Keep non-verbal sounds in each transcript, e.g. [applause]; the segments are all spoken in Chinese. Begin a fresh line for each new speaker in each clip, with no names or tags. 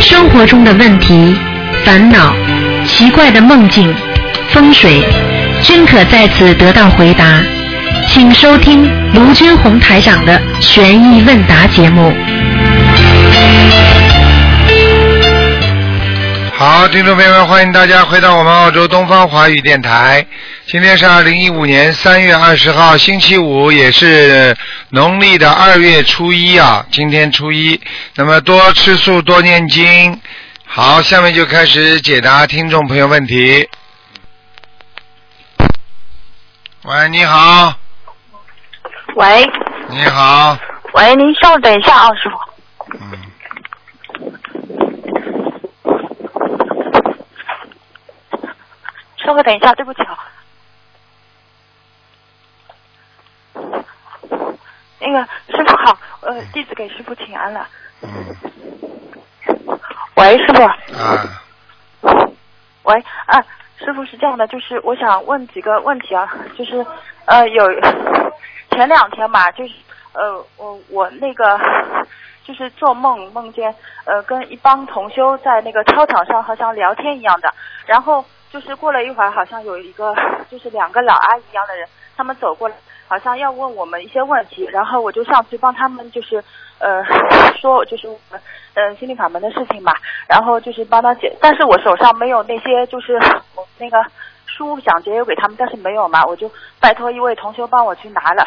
生活中的问题、烦恼、奇怪的梦境、风水，均可在此得到回答。请收听卢军红台长的《悬疑问答》节目。
好，听众朋友们，欢迎大家回到我们澳洲东方华语电台。今天是二零一五年三月二十号，星期五，也是农历的二月初一啊。今天初一，那么多吃素，多念经。好，下面就开始解答听众朋友问题。喂，你好，
喂
你好，
喂，您稍等一下啊，师傅。
嗯，
稍微等一下，对不起啊。那个师傅好，呃，弟子给师傅请安了。
嗯，
喂，师傅，
啊，
喂，啊，师傅是这样的，就是我想问几个问题啊，就是呃，有前两天嘛，就是呃，我我那个就是做梦梦见呃跟一帮同修在那个操场上好像聊天一样的，然后就是过了一会儿，好像有一个就是两个老阿姨一样的人，他们走过来，好像要问我们一些问题，然后我就上去帮他们就是呃说就是我们呃心理法门的事情嘛，然后就是帮他解，但是我手上没有那些就是我那个书想节约给他们，但是没有嘛，我就拜托一位同学帮我去拿了，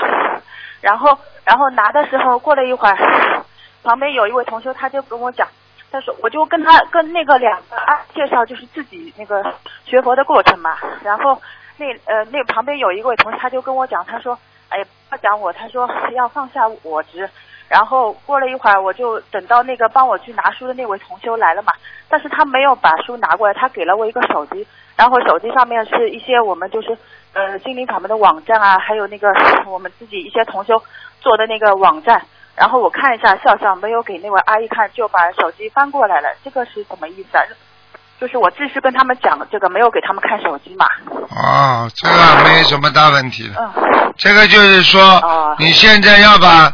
然后然后拿的时候过了一会儿，旁边有一位同学他就跟我讲。他说，我就跟他跟那个两个啊介绍，就是自己那个学佛的过程嘛。然后那呃那旁边有一位同事，他就跟我讲，他说，哎，不要讲我，他说哎要放下我执。然后过了一会儿，我就等到那个帮我去拿书的那位同修来了嘛，但是他没有把书拿过来，他给了我一个手机，然后手机上面是一些我们就是呃心灵法门的网站啊，还有那个我们自己一些同修做的那个网站，然后我看一下笑笑没有给那位阿姨看，就把手机翻过来了，这个是什么意思啊？就是我只是跟他们讲这个，没有给他们看手机嘛。
哦，这个没什么大问题的。
嗯，
这个就是说，
哦
你现在要把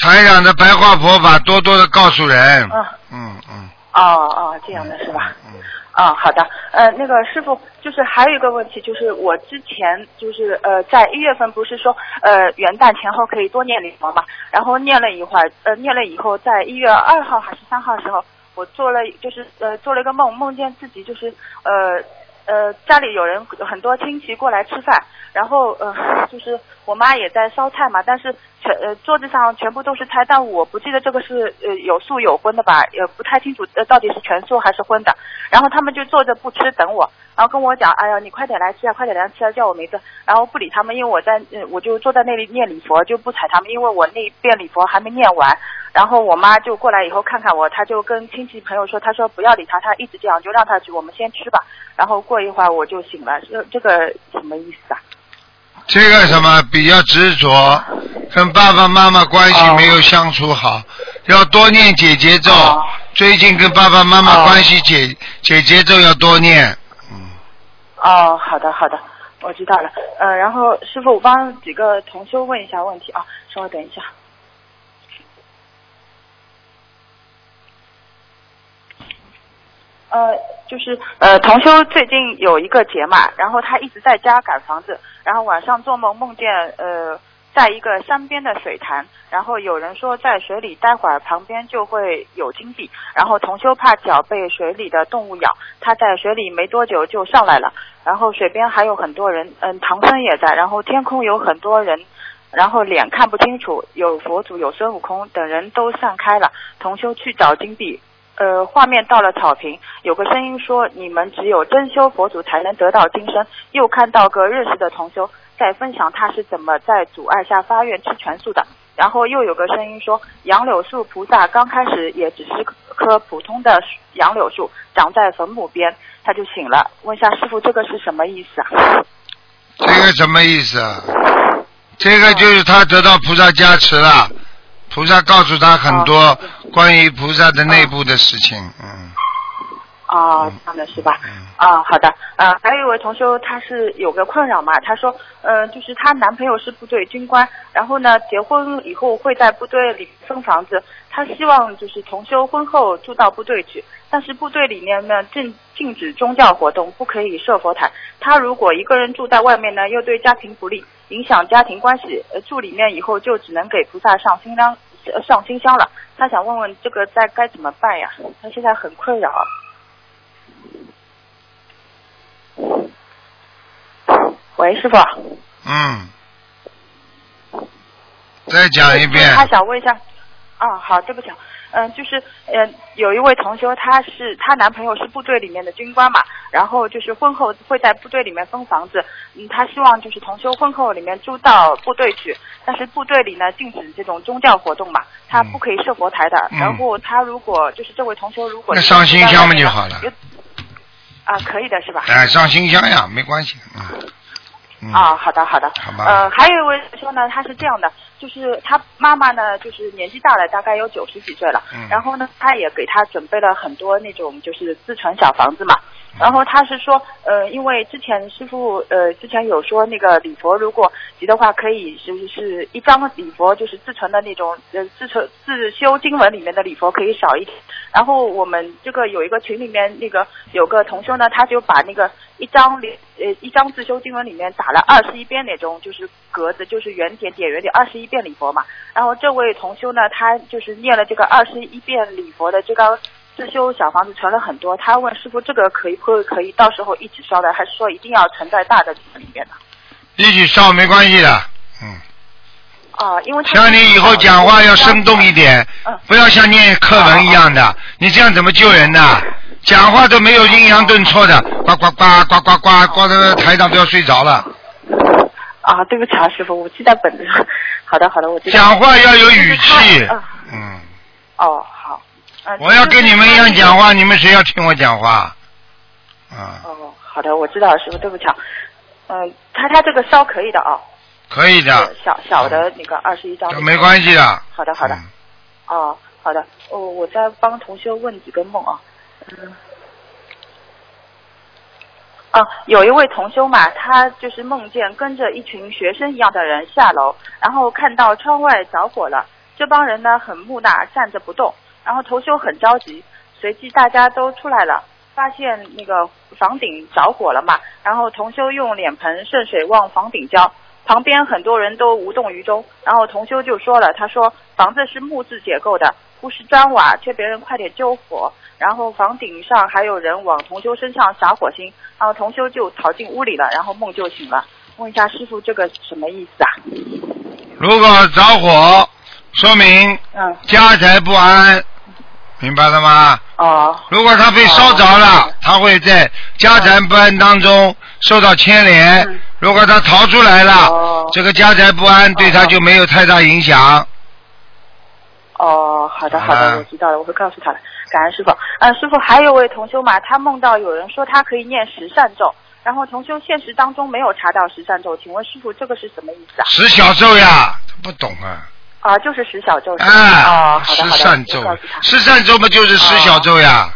台长的白话佛法多多的告诉人。
嗯
嗯嗯。
哦哦，这样的是吧？
嗯
啊，好的，呃，那个师傅，就是还有一个问题，就是我之前就是呃，在一月份不是说呃元旦前后可以多念礼佛嘛，然后念了一会儿，呃，念了以后，在一月二号还是三号的时候，我做了就是呃做了一个梦，梦见自己就是呃呃家里有人很多亲戚过来吃饭，然后呃 [laughs] 就是我妈也在烧菜嘛，但是全呃桌子上全部都是菜，但我不记得这个是呃有素有荤的吧，也不太清楚呃到底是全素还是荤的。然后他们就坐着不吃等我，然后跟我讲，哎呀，你快点来吃啊，快点来吃啊，叫我名字。然后不理他们，因为我在，呃我就坐在那里念礼佛，就不睬他们，因为我那遍礼佛还没念完。然后我妈就过来以后看看我，她就跟亲戚朋友说，她说不要理他，他一直这样，就让他去，我们先吃吧。然后过一会儿我就醒了，这这个什么意思啊？
这个什么比较执着，跟爸爸妈妈关系
哦
没有相处好，要多念姐姐咒。
哦
最近跟爸爸妈妈
哦
关系解、姐姐咒要多念。嗯，
哦，好的好的，我知道了。呃，然后师傅，我帮几个同修问一下问题啊，稍微等一下。呃，就是呃，同修最近有一个节嘛，然后他一直在家赶房子，然后晚上做梦梦见呃，在一个山边的水潭，然后有人说在水里待会儿旁边就会有金币，然后同修怕脚被水里的动物咬，他在水里没多久就上来了，然后水边还有很多人，嗯，唐僧也在，然后天空有很多人。然后脸看不清楚，有佛祖，有孙悟空等人都散开了。同修去找金币，呃，画面到了草坪，有个声音说：“你们只有真修佛祖才能得到今生。”又看到个认识的同修在分享他是怎么在阻碍下发愿吃全素的。然后又有个声音说：“杨柳树菩萨刚开始也只是棵普通的杨柳树，长在坟墓边。”他就醒了，问一下师傅这个是什么意思啊？
这个什么意思啊？这个就是他得到菩萨加持了，菩萨告诉他很多关于菩萨的内部的事情。嗯。
哦，这样的是吧？
嗯
啊，好的，呃，还有一位同修，她是有个困扰嘛，她说，呃，就是她男朋友是部队军官，然后呢，结婚以后会在部队里分房子，她希望就是同修婚后住到部队去，但是部队里面呢禁禁止宗教活动，不可以设佛台。他如果一个人住在外面呢，又对家庭不利，影响家庭关系。呃，住里面以后就只能给菩萨上新香，呃上新香了。他想问问这个在该怎么办呀？他现在很困扰啊。 [laughs] 喂，师傅。
嗯，再讲一遍。
嗯他想问一下，啊，好，对不起，嗯、就是嗯、有一位同修，她是她男朋友是部队里面的军官嘛，然后就是婚后会在部队里面分房子，嗯，她希望就是同修婚后里面租到部队去，但是部队里呢禁止这种宗教活动嘛，她不可以设佛台的，
嗯
然后她如果就是这位同修如果
那上新香嘛就好了
有啊，可以的是吧？
哎，上新香呀，没关系。嗯。嗯。
啊，好的好的，
好吧
呃，还有一位说呢，他是这样的，就是他妈妈呢，就是年纪大了，大概有九十几岁了，
嗯
然后呢，他也给他准备了很多那种就是自存小房子嘛。然后他是说，呃，因为之前师傅呃之前有说那个礼佛如果急的话，可以就是是一张礼佛就是自存的那种呃自存自修经文里面的礼佛可以少一点。然后我们这个有一个群里面那个有个同修呢，他就把那个一张里呃一张自修经文里面打了二十一遍那种就是格子，就是圆点点圆点二十一遍礼佛嘛。然后这位同修呢，他就是念了这个二十一遍礼佛的这个自修小房子存了很多，他问师傅这个可以不可以到时候一起烧的，还是说一定要存在大的里面呢？
一起烧没关系的。嗯。
啊、因为他
像你以后讲话要生动一。点
嗯，
不要像念课文一样的，你这样怎么救人呢？讲话都没有阴阳顿挫的，呱呱呱呱呱呱呱的，台长都要睡着了。
啊，对不起啊，师傅，我记在本子上。好的，好的，我记得。
讲话要有语
就是
气
他嗯，
嗯，
哦，好。嗯
我要跟你们一样讲。话，你们谁要听我讲话？啊，
哦，好的，我知道，师傅，对不起啊。嗯，他他这个烧可以的啊，
可以的
是，小小的那个二十一张。
这没关系的。
好的好的
嗯
哦，好的，我、我再帮同学问几个梦啊。嗯。哦，有一位同修嘛，他就是梦见跟着一群学生一样的人下楼，然后看到窗外着火了，这帮人呢很木讷，站着不动，然后同修很着急，随即大家都出来了，发现那个房顶着火了嘛，然后同修用脸盆渗水往房顶浇，旁边很多人都无动于衷。然后同修就说了，他说房子是木质结构的，不是砖瓦，劝别人快点救火。然后房顶上还有人往同修身上撒火星，然后同修就逃进屋里了，然后梦就醒了。问一下师傅，这个什么意思啊？
如果着火，说明
嗯，
家宅不安，明白了吗？
哦，
如果他被烧着了，他会在家宅不安当中受到牵连；
嗯
如果他逃出来了，
哦
这个家宅不安对他就没有太大影响。
哦，好的好
啊
的，我知道了，我会告诉他的。感恩师傅。嗯，师傅还有位同修嘛，他梦到有人说他可以念十善咒，然后同修现实当中没有查到十善咒，请问师傅这个是什么意思啊？
十小咒呀，不懂啊！
啊，就是十小咒是吧。
啊，
哦，好的
十
好的，
善
我
咒
告诉，他。
十善咒嘛就是十小咒呀，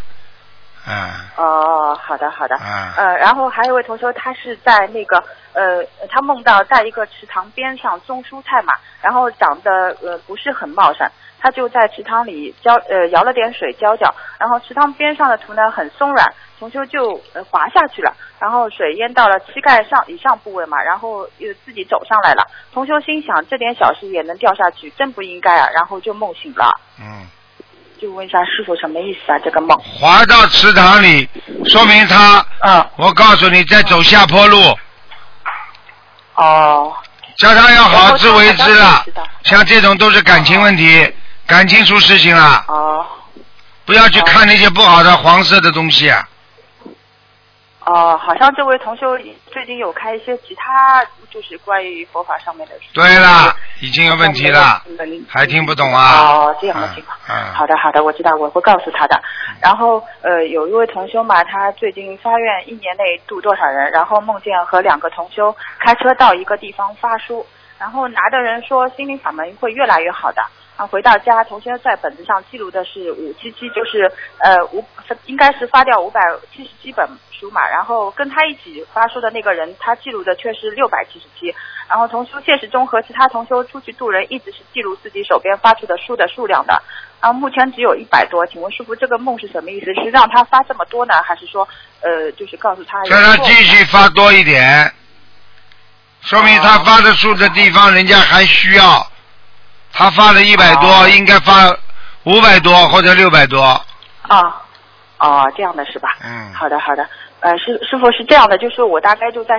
啊，
哦，好的好的，
嗯
呃，然后还有一位同学，他是在那个呃，他梦到在一个池塘边上种蔬菜嘛，然后长得呃不是很茂盛，他就在池塘里浇呃舀了点水浇浇，然后池塘边上的土呢很松软，同修就呃滑下去了，然后水淹到了膝盖上以上部位嘛，然后又自己走上来了，同修心想这点小事也能掉下去，真不应该啊，然后就梦醒了，
嗯，
就问一下师傅什么意思啊？这个梦？
滑到池塘里，说明他，
嗯，
我告诉你，在走下坡路，
哦。
叫他要好自为之了
知道。
像这种都是感情问题，感情出事情了。
哦
不要去看那些不好的黄色的东西啊！
哦，好像这位同修最近有开一些其他，就是关于佛法上面的书。
对了，已经有问题了，
嗯
还听不懂啊？
哦，这样的情况。
嗯
好，的，好的，我知道，我会告诉他的。然后，呃，有一位同修嘛，他最近发愿一年内度多少人，然后梦见和两个同修开车到一个地方发书，然后拿的人说心灵法门会越来越好的，啊，回到家，同学在本子上记录的是五七七，就是呃五，应该是发掉五百七十七本书嘛，然后跟他一起发书的那个人，他记录的却是六百七十七。然后同修现实中和其他同修出去渡人，一直是记录自己手边发出的书的数量的。然后目前只有一百多，请问师傅，这个梦是什么意思？是让他发这么多呢，还是说呃，就是告诉他
叫他继续发多一点，说明他发的数的地方人家还需要。他发了一百多，
哦
应该发五百多或者六百多。
啊，哦，这样的是吧？
嗯
好的，好的。呃，师师傅是这样的，就是我大概就在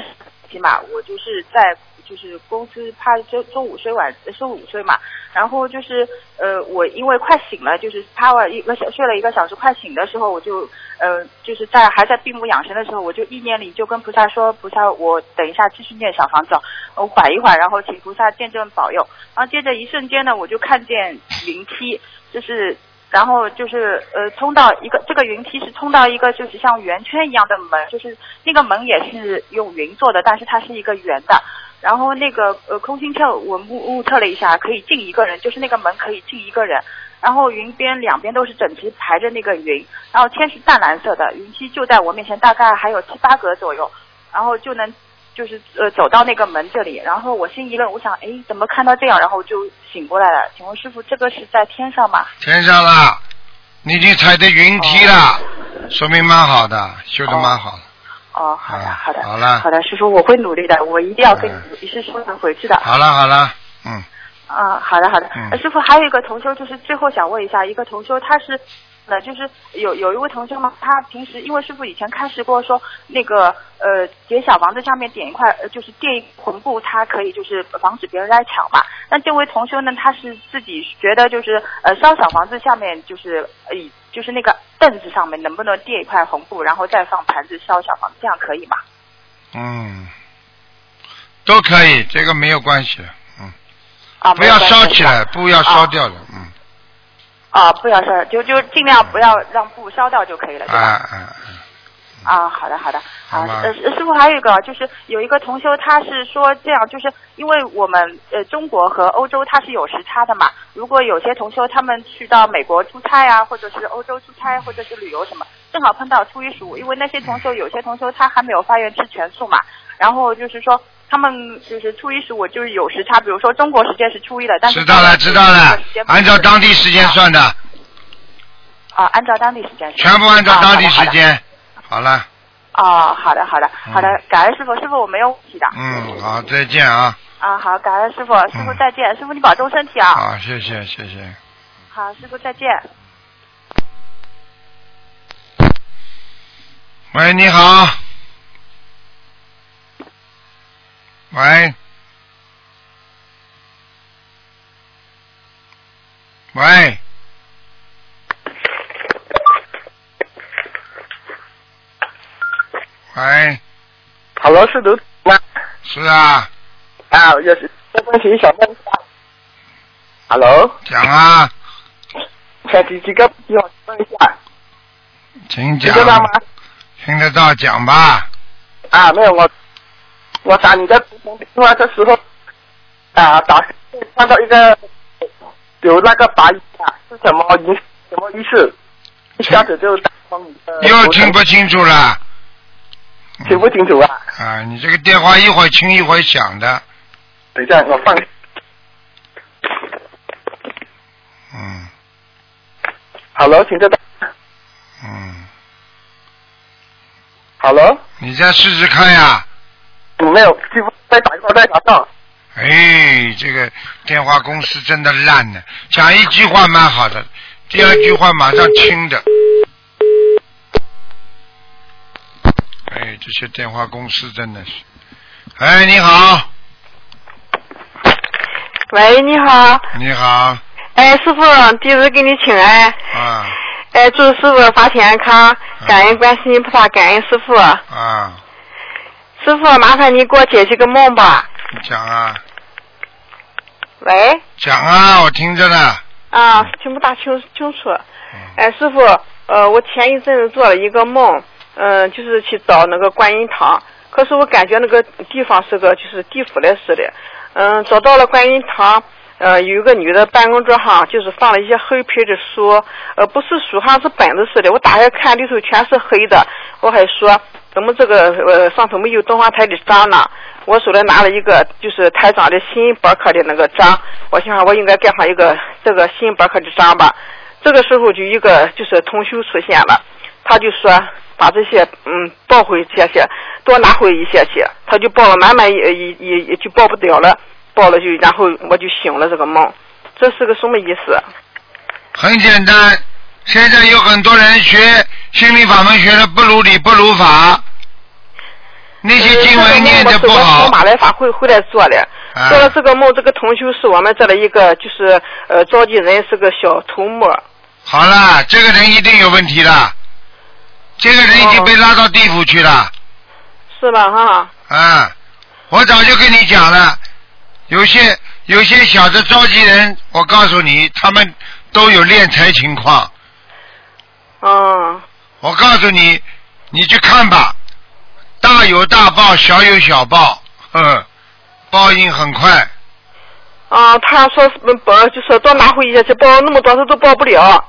起码我就是在就是公司怕周周五睡晚呃周午睡嘛，然后就是呃我因为快醒了，就是趴了一个小睡了一个小时，快醒的时候我就呃就是在还在闭目养神的时候，我就意念里就跟菩萨说，菩萨我等一下继续念小房子哦，我缓一缓，然后请菩萨见证保佑。然后接着一瞬间呢，我就看见云梯，就是然后就是呃，通到一个这个云梯是通到一个就是像圆圈一样的门，就是那个门也是用云做的，但是它是一个圆的。然后那个呃空心跳，我目目测了一下，可以进一个人，就是那个门可以进一个人。然后云边两边都是整齐排着那个云，然后天是淡蓝色的，云梯就在我面前，大概还有七八格左右，然后就能就是呃走到那个门这里。然后我心一愣，我想哎怎么看到这样，然后就醒过来了。请问师傅，这个是在天上吗？
天上了，啊你已经踩着云梯了，说明蛮好的，修的蛮好的。
哦，好的，
啊
好的，
好了
好的，师傅，我会努力的，我一定要跟
嗯
你是说的回去的。
好了好了，嗯，
啊，好的，好的。
嗯
呃师傅，还有一个同修，就是最后想问一下，一个同修他是。那就是有有一位同修嘛，他平时因为师傅以前开示过说，那个呃，给小房子上面点一块，呃就是垫一魂布，它可以就是防止别人来抢嘛。那这位同修呢，他是自己觉得就是呃，烧小房子下面就是呃以就是那个凳子上面能不能垫一块红布，然后再放盘子烧小房子，这样可以吗？
嗯，都可以，这个没有关系，嗯，
啊，
不要
没有
烧
关系
起来，
是吧
不要烧掉了，嗯，
啊，不要烧，就就尽量不要让布烧掉就可以了，对
啊
吧？
啊，
啊，好的好的，
好
啊
吗，
呃，师傅还有一个就是有一个同修，他是说这样，就是因为我们呃中国和欧洲它是有时差的嘛，如果有些同修他们去到美国出差啊，或者是欧洲出差，或者是旅游什么，正好碰到初一十五，因为那些同修有些同修他还没有发愿吃全素嘛，然后就是说。他们就是初一十五，就是有时差，比如说中国时间是初一的，但是
知道了知道了
这个时间，不是
按照当地时间算的，
啊，按照当地时间是吧，
全部按照
啊
当地
好
时
的好的
间，好了，
哦，好的，好的，好的
嗯，
感恩师傅，师傅我没有问题的。
嗯，好，再见啊，
啊，好，感恩师傅，师傅
嗯
再见，师傅你保重身体啊。
好，谢谢谢谢，
好，师傅再见。
喂，你好，喂，喂，喂，
好了，是卢吗？
Dạ.
是啊，
À,
啊，我就是这问题想问一下。Hello，
讲啊，
想几几个问题我问一
Dạ.
下，
请
你
讲
知，道吗？
听得到讲吧，
啊，没有我，我打你的同电话的时候，啊，打看到一个有那个白蚁啊，是什么意什么意思？一下子就打通你的头
又
疼，
听不清楚了，
听不清楚啊？
啊，你这个电话一会儿轻一会儿响的，
等一下，我放。
嗯
Hello，听得到
嗯，
？Hello，
你再试试看呀、
没有，就再打一个，再打到。
哎，这个电话公司真的烂呢，讲一句话蛮好的，第二句话马上轻的。哎，这些电话公司真的是。哎，你好，
喂，你好，
你好，
哎，师傅，弟子给你请安，
啊
哎，祝师傅法体安康，感恩观世音菩萨，感恩师傅。
啊，
师傅，麻烦你给我解几个梦吧。
你讲啊
喂，
讲啊，我听着呢。
啊，听不大清清楚。
嗯
哎，师傅，呃，我前一阵子做了一个梦，嗯、就是去找那个观音堂，可是我感觉那个地方是个就是地府来似的，嗯、找到了观音堂，呃，有一个女的办公桌上就是放了一些黑皮的书，呃，不是书，好像是本子似的。我打开看，里头全是黑的。我还说，怎么这个呃上头没有东方台的章呢？我手里拿了一个就是台长的新博客的那个章，我想我应该盖上一个这个新博客的章吧。这个时候就一个就是同修出现了，他就说把这些嗯抱回些些，多拿回一些些，他就抱了满满一一一一就抱不掉了，抱了就然后我就醒了这个梦，这是个什么意思？
很简单，现在有很多人学心理法门学的不如理不如法，那些经文念的不
我是我
好
从。马来法会回来做的。
啊
做了这个梦，这个同修是我们这里一个就是呃召集人是个小头目，
好了，这个人一定有问题了，这个人已经被拉到地府去了。
是吧哈？
啊，我早就跟你讲了，有些有些小的召集人，我告诉你，他们都有敛财情况。
哦
嗯，
我告诉你，你去看吧，大有大报，小有小报，嗯，报应很快。
啊，他说是不就说多拿回一些，去报那么多他都报不了。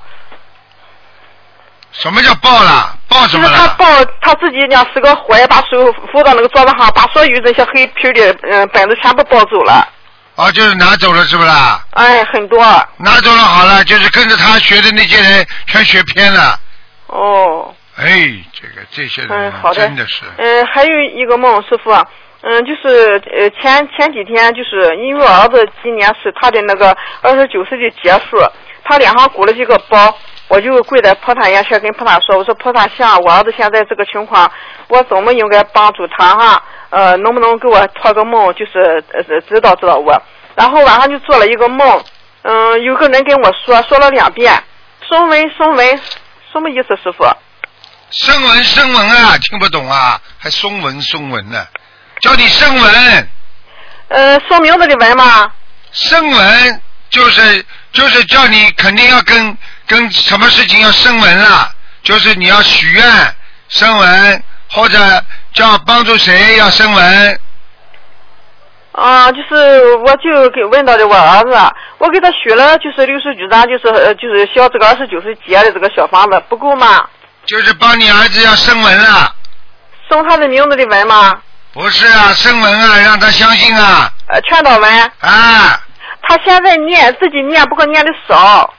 什么叫报了？报什
就
么
是他
了？
抱他自己讲是个活也把手扶到那个桌子上，把所有那些黑皮儿的嗯本子全部抱走了，
哦，就是拿走了是不啦？
哎，很多
拿走了好了，就是跟着他学的那些人全学偏了。
哦。
哎，这个这些人
嗯，
啊、
好的。
真的是，
嗯，还有一个梦，师傅。嗯，就是呃前前几天就是因为我儿子今年是他的那个二十九岁的结束，他脸上鼓了几个包，我就跪在菩萨眼前跟菩萨说，我说菩萨像我儿子现在这个情况，我怎么应该帮助他哈？呃，能不能给我托个梦，就是呃呃指导指导我？然后晚上就做了一个梦，嗯，有个人跟我说说了两遍，声闻声闻，什么意思，师傅？
声纹声纹啊，听不懂啊，还松文松文呢、叫你声纹，
呃，说名字的文吗？
声纹就是就是叫你肯定要跟跟什么事情要声纹了，就是你要许愿声纹，或者叫帮助谁要声纹，
啊，就是我就给问到的我儿子，我给他许了就是六十九张，就是呃就是消这个二十九岁节的这个小房子不够吗？
就是帮你儿子要声纹了，
送他的名字的文吗？
不是啊，声纹啊，让他相信啊
呃，劝导文。
啊，
他现在念自己念，不过念的少。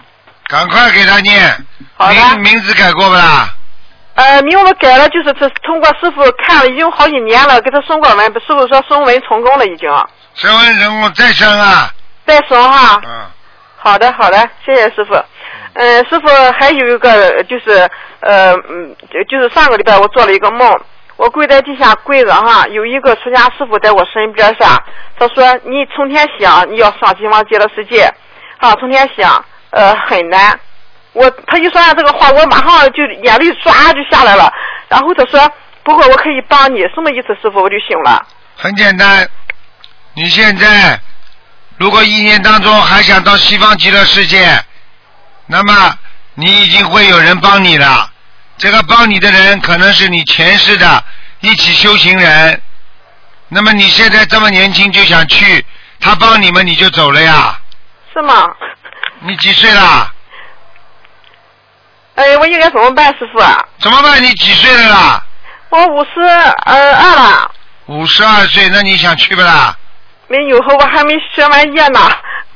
赶快给他念，
好的
名名字改过不啦？
呃，名字改了，就是这通过师傅看了，已经好几年了，给他送过文，师傅说送文成功了已经。
声纹人物再生啊，
再送哈。
嗯，
好的，好的，谢谢师傅。嗯，师傅还有一个呃就是呃嗯，就就是上个礼拜我做了一个梦，我跪在地下跪着哈，有一个出家师傅在我身边上，他说你从天想你要上西方极乐世界，啊，从天想呃很难。我他一说完这个话，我马上就眼泪唰就下来了，然后他说不过我可以帮你，什么意思？师傅我就醒了。
很简单，你现在如果一年当中还想到西方极乐世界，那么你已经会有人帮你了。这个帮你的人可能是你前世的一起修行人。那么你现在这么年轻就想去，他帮你们你就走了呀？
是吗？
你几岁啦？
哎，我应该怎么办，师傅？
怎么办？你几岁了啦？
我五十呃二了。
五十二岁，那你想去不啦？
没有，我还没学完业呢，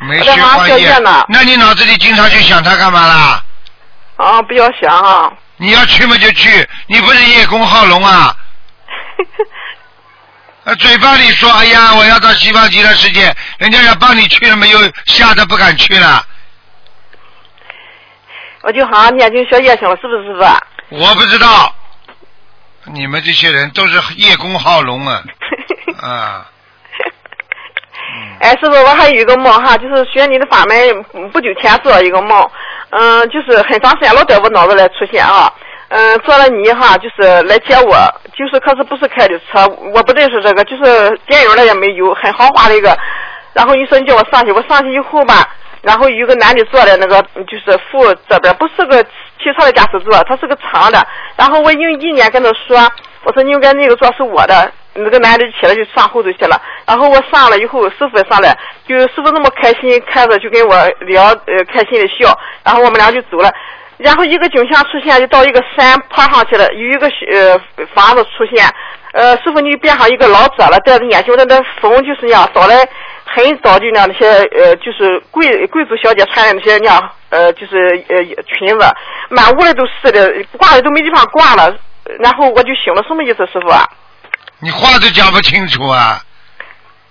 没
我
学
在忙
过
学
业
业呢。
那你脑子里经常去想他干嘛啦？
啊，不要想啊。
你要去嘛就去，你不是叶公好龙
[laughs]
啊？呃，嘴巴里说哎呀，我要到西方极乐世界，人家要帮你去了嘛，又吓得不敢去了。
我就好像念经学业去了，是不是师傅？
我不知道，你们这些人都是叶公好龙
[laughs]
啊！啊，
哎，师傅，我还有一个梦哈，就是学你的法门，嗯不久前做了一个梦，嗯，就是很长时间老在我脑子里出现啊，嗯，做了你哈，就是来接我，就是可是不是开的车，我不认识这个，就是电影了也没有，很豪华的一个，然后你说你叫我上去，我上去以后吧，然后有一个男的坐在那个就是副这边，不是个汽车的驾驶座，它是个长的，然后我已经一年跟他说，我说你应该那个座是我的，那个男的起来就上后头去了，然后我上来以后，师傅也上来，就师傅那么开心，开着就跟我聊，呃，开心的笑，然后我们俩就走了。然后一个景象出现，就到一个山坡上去了，有一个呃房子出现，呃，师傅你边上一个老者了，戴着眼镜，那那风就是那样，早来很早就那样那些呃，就是贵贵族小姐穿的那些那样呃，就是呃裙子，满屋里都是的，挂的都没地方挂了。然后我就醒了，什么意思，师傅、啊？
你话都讲不清楚啊！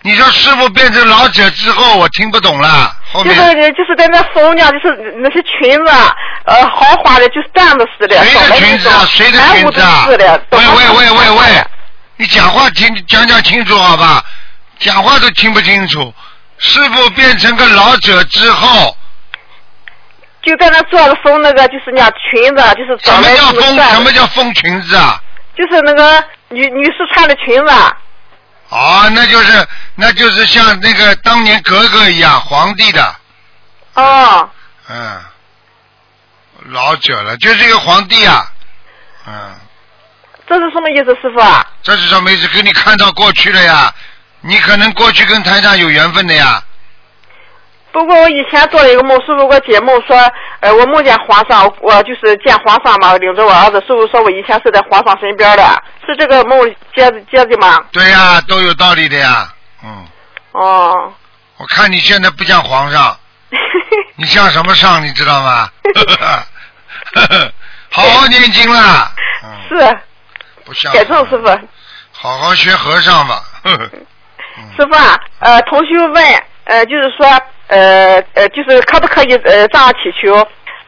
你说师傅变成老者之后，我听不懂了。后
就
面
是就是在那风那样，就是那些裙子啊，呃，豪华的，就是缎子似的，
谁
早
的
来
裙子啊？谁的
满
裙
屋
子
都
啊？
是哎的。
喂喂喂喂喂！你讲话听讲讲清楚好吧？讲话都听不清楚。师傅变成个老者之后，
就在那做了风那个，就是那样裙子啊，就是
什
早
么
来
叫
那种
风？
缎
什么
子，
叫风裙子啊？
就是那个女女士穿的裙子啊，
哦，那就是那就是像那个当年格格一样，皇帝的，
哦，
嗯，老者了，就是一个皇帝啊，嗯，
这是什么意思，师傅啊？
这是什么意思？给你看到过去了呀，你可能过去跟台上有缘分的呀，
不过我以前做了一个梦，师傅给我解梦说，呃，我梦见皇上，我就是见皇上嘛，领着我儿子。师傅说我以前是在皇上身边的，是这个梦接的接的吗？
对呀，都有道理的呀，嗯，
哦，
我看你现在不像皇上，你像什么上，你知道吗？ [laughs] 好好念经啦，嗯，
是
不像，
改正师傅，
嗯好好学和尚吧，呵呵
师傅啊，呃，同学问，呃，就是说，呃呃，就是可不可以呃这样祈求，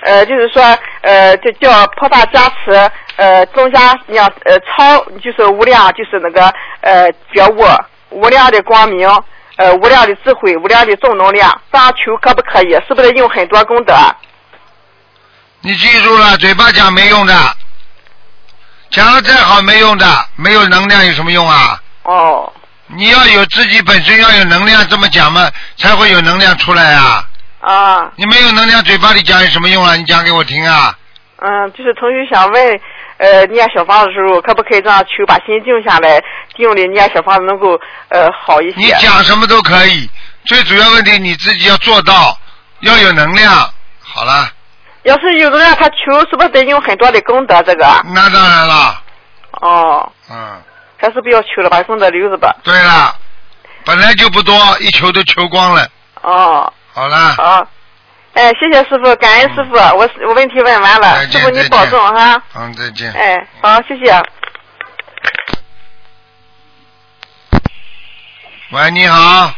呃，就是说，呃，就叫菩萨加持，呃，增加那样呃超就是无量就是那个呃觉悟无量的光明。呃，无量的智慧，无量的正能量，这样求可不可以？是不是用很多功德？
你记住了，嘴巴讲没用的，讲的再好没用的，没有能量有什么用啊？
哦，
你要有自己本身要有能量，这么讲嘛，才会有能量出来啊！
啊，
你没有能量，嘴巴里讲有什么用啊？你讲给我听啊！
嗯，就是同学想问，呃，念小房子的时候，可不可以这样求把心静下来，定力念小房子能够呃好一些？
你讲什么都可以，最主要问题你自己要做到，要有能量。好了，
要是有的人他求，是不是得用很多的功德？这个
那当然了，
哦，
嗯，
还是不要求了，把功德留着吧。
对了，本来就不多，一求都求光了。
哦，
好了，
好，哎，谢谢师傅，感恩师傅，我我问题问完
再，嗯哎
了师
见
傅你保重哈。
嗯，再见。
哎，好，谢谢。
喂，你好。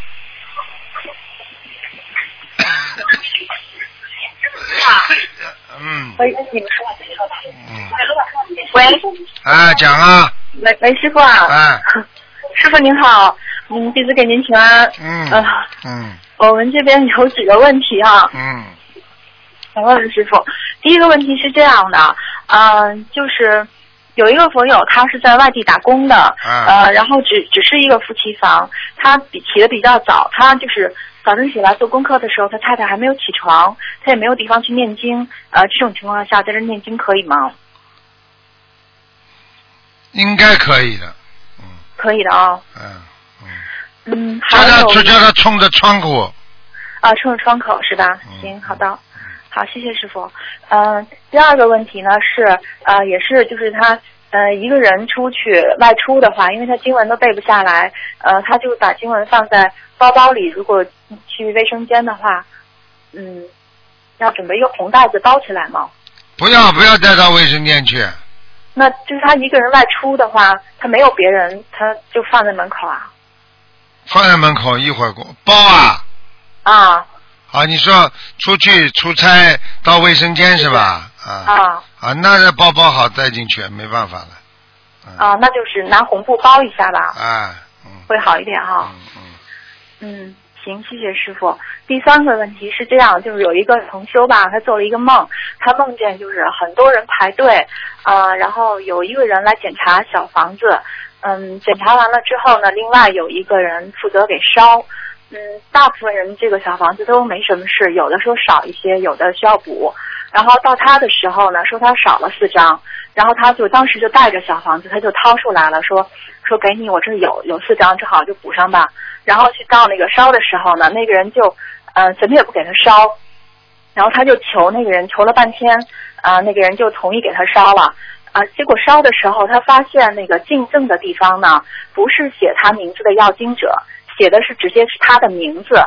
嗯
喂，你们
嗯，
喂，
哎，讲啊，
喂喂，师傅啊，
哎，
[laughs] 师傅您好，嗯，弟子给您请安。
嗯
呃，
嗯
我们这边有几个问题啊，
嗯，
想问问师傅。第一个问题是这样的，嗯、就是有一个佛友，他是在外地打工的，
啊
呃，然后只只是一个夫妻房，他比起的比较早，他就是早晨起来做功课的时候，他太太还没有起床，他也没有地方去念经，呃，这种情况下在这念经可以吗？
应该可以的，嗯
可以的啊、
嗯嗯，
嗯，
叫
还
他
有
就叫他冲着窗户，
啊，冲着窗口是吧
嗯？
行，好的，好，谢谢师傅。嗯、第二个问题呢是，呃，也是就是他呃一个人出去外出的话，因为他经文都背不下来，呃，他就把经文放在包包里，如果去卫生间的话，嗯，要准备一个红袋子包起来嘛。
不要不要带到卫生间去，
那就是他一个人外出的话，他没有别人，他就放在门口啊
放在门口一会儿过包啊
啊
啊！你说出去出差到卫生间是吧？啊
啊
啊，那包包好带进去，没办法了。嗯
啊，那就是拿红布包一下吧，
啊，嗯
会好一点哈、
嗯嗯，
嗯，行，谢谢师傅。第三个问题是这样，就是有一个同修吧，他做了一个梦，他梦见就是很多人排队，呃，然后有一个人来检查小房子，嗯，检查完了之后呢，另外有一个人负责给烧。嗯，大部分人这个小房子都没什么事，有的说少一些，有的需要补。然后到他的时候呢，说他少了四张，然后他就当时就带着小房子，他就掏出来了，说说给你，我这有有四张，正好就补上吧。然后去到那个烧的时候呢，那个人就呃怎么也不给他烧，然后他就求那个人，求了半天啊、那个人就同意给他烧了。啊，结果烧的时候，他发现那个敬赠的地方呢，不是写他名字的要经者，写的是直接是他的名字。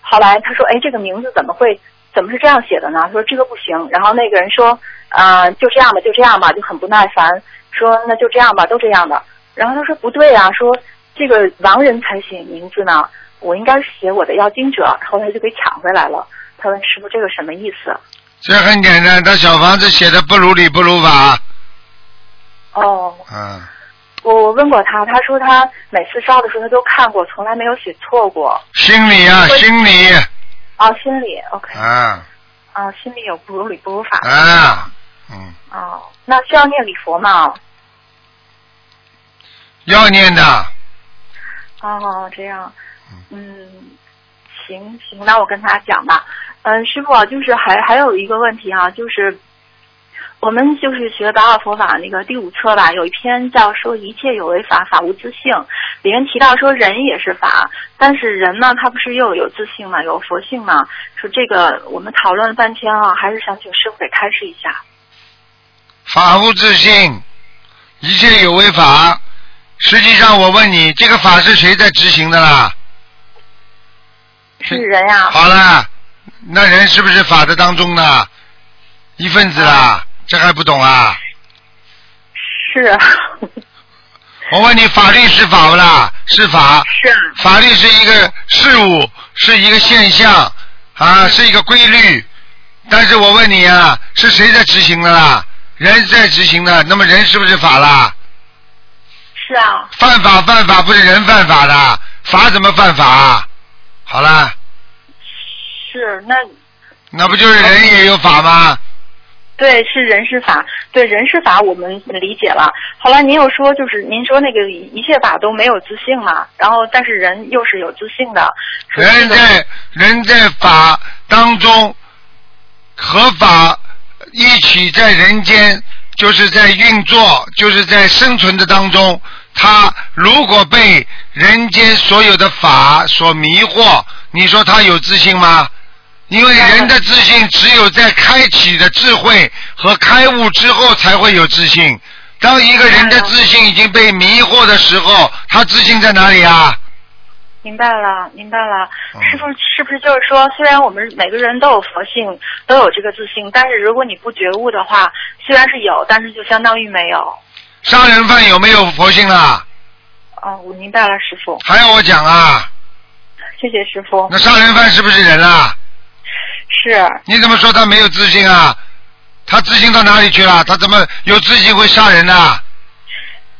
后来他说：“哎，这个名字怎么会怎么是这样写的呢？”他说：“这个不行。”然后那个人说：“啊、就这样吧，就这样吧。”就很不耐烦，说：“那就这样吧，都这样的。”然后他说：“不对啊，说这个亡人才写名字呢，我应该是写我的要经者。”然后他就给抢回来了。他问师傅：“这个什么意思
这很简单，他小房子写的不如理不如法，？”
哦，
嗯，
我我问过他，他说他每次烧的时候他都看过，从来没有写错过。
心理啊，心理，
啊，心里 OK，
啊
啊，心里有不如理不如法。
啊，嗯，
哦，那需要念礼佛吗？
要念的，
哦，这样，嗯，行行，那我跟他讲吧。嗯，师傅啊，就是还还有一个问题啊，就是我们就是学八二佛法那个第五册吧，有一篇叫说一切有为法，法无自性，里面提到说人也是法，但是人呢，他不是又有自性嘛，有佛性嘛？说这个我们讨论了半天啊，还是想请师傅给开示一下。
法无自性，一切有为法。实际上，我问你，这个法是谁在执行的啦？
是人啊呀、
好了，那人是不是法的当中的一份子啦？这还不懂啊？
是啊
我问你，法律是法不啦？是法，
是啊
法律是一个事物，是一个现象啊，是一个规律。但是我问你啊，是谁在执行的啦？人在执行的，那么人是不是法啦？
是啊，
犯法犯法不是人犯法的，法怎么犯法？好啦，
是那
那不就是人也有法吗？
对，是人事法，对人事法我们理解了。后来您又说，就是您说那个一切法都没有自性嘛，然后但是人又是有自性的，说这
人
个
在人在法当中和法一起在人间，就是在运作，就是在生存的当中。他如果被人间所有的法所迷惑，你说他有自信吗？因为人的自信只有在开启的智慧和开悟之后才会有自信。当一个人的自信已经被迷惑的时候，他自信在哪里啊？
明白了，明白了
嗯。
师傅是不是就是说，虽然我们每个人都有佛性，都有这个自信，但是如果你不觉悟的话，虽然是有，但是就相当于没有。
杀人犯有没有佛性啊啦？
哦，我明白了，师傅，
还要我讲啊？
谢谢师傅。
那杀人犯是不是人啦？
是
你怎么说他没有自信啊？他自信到哪里去了？他怎么有自信会杀人啊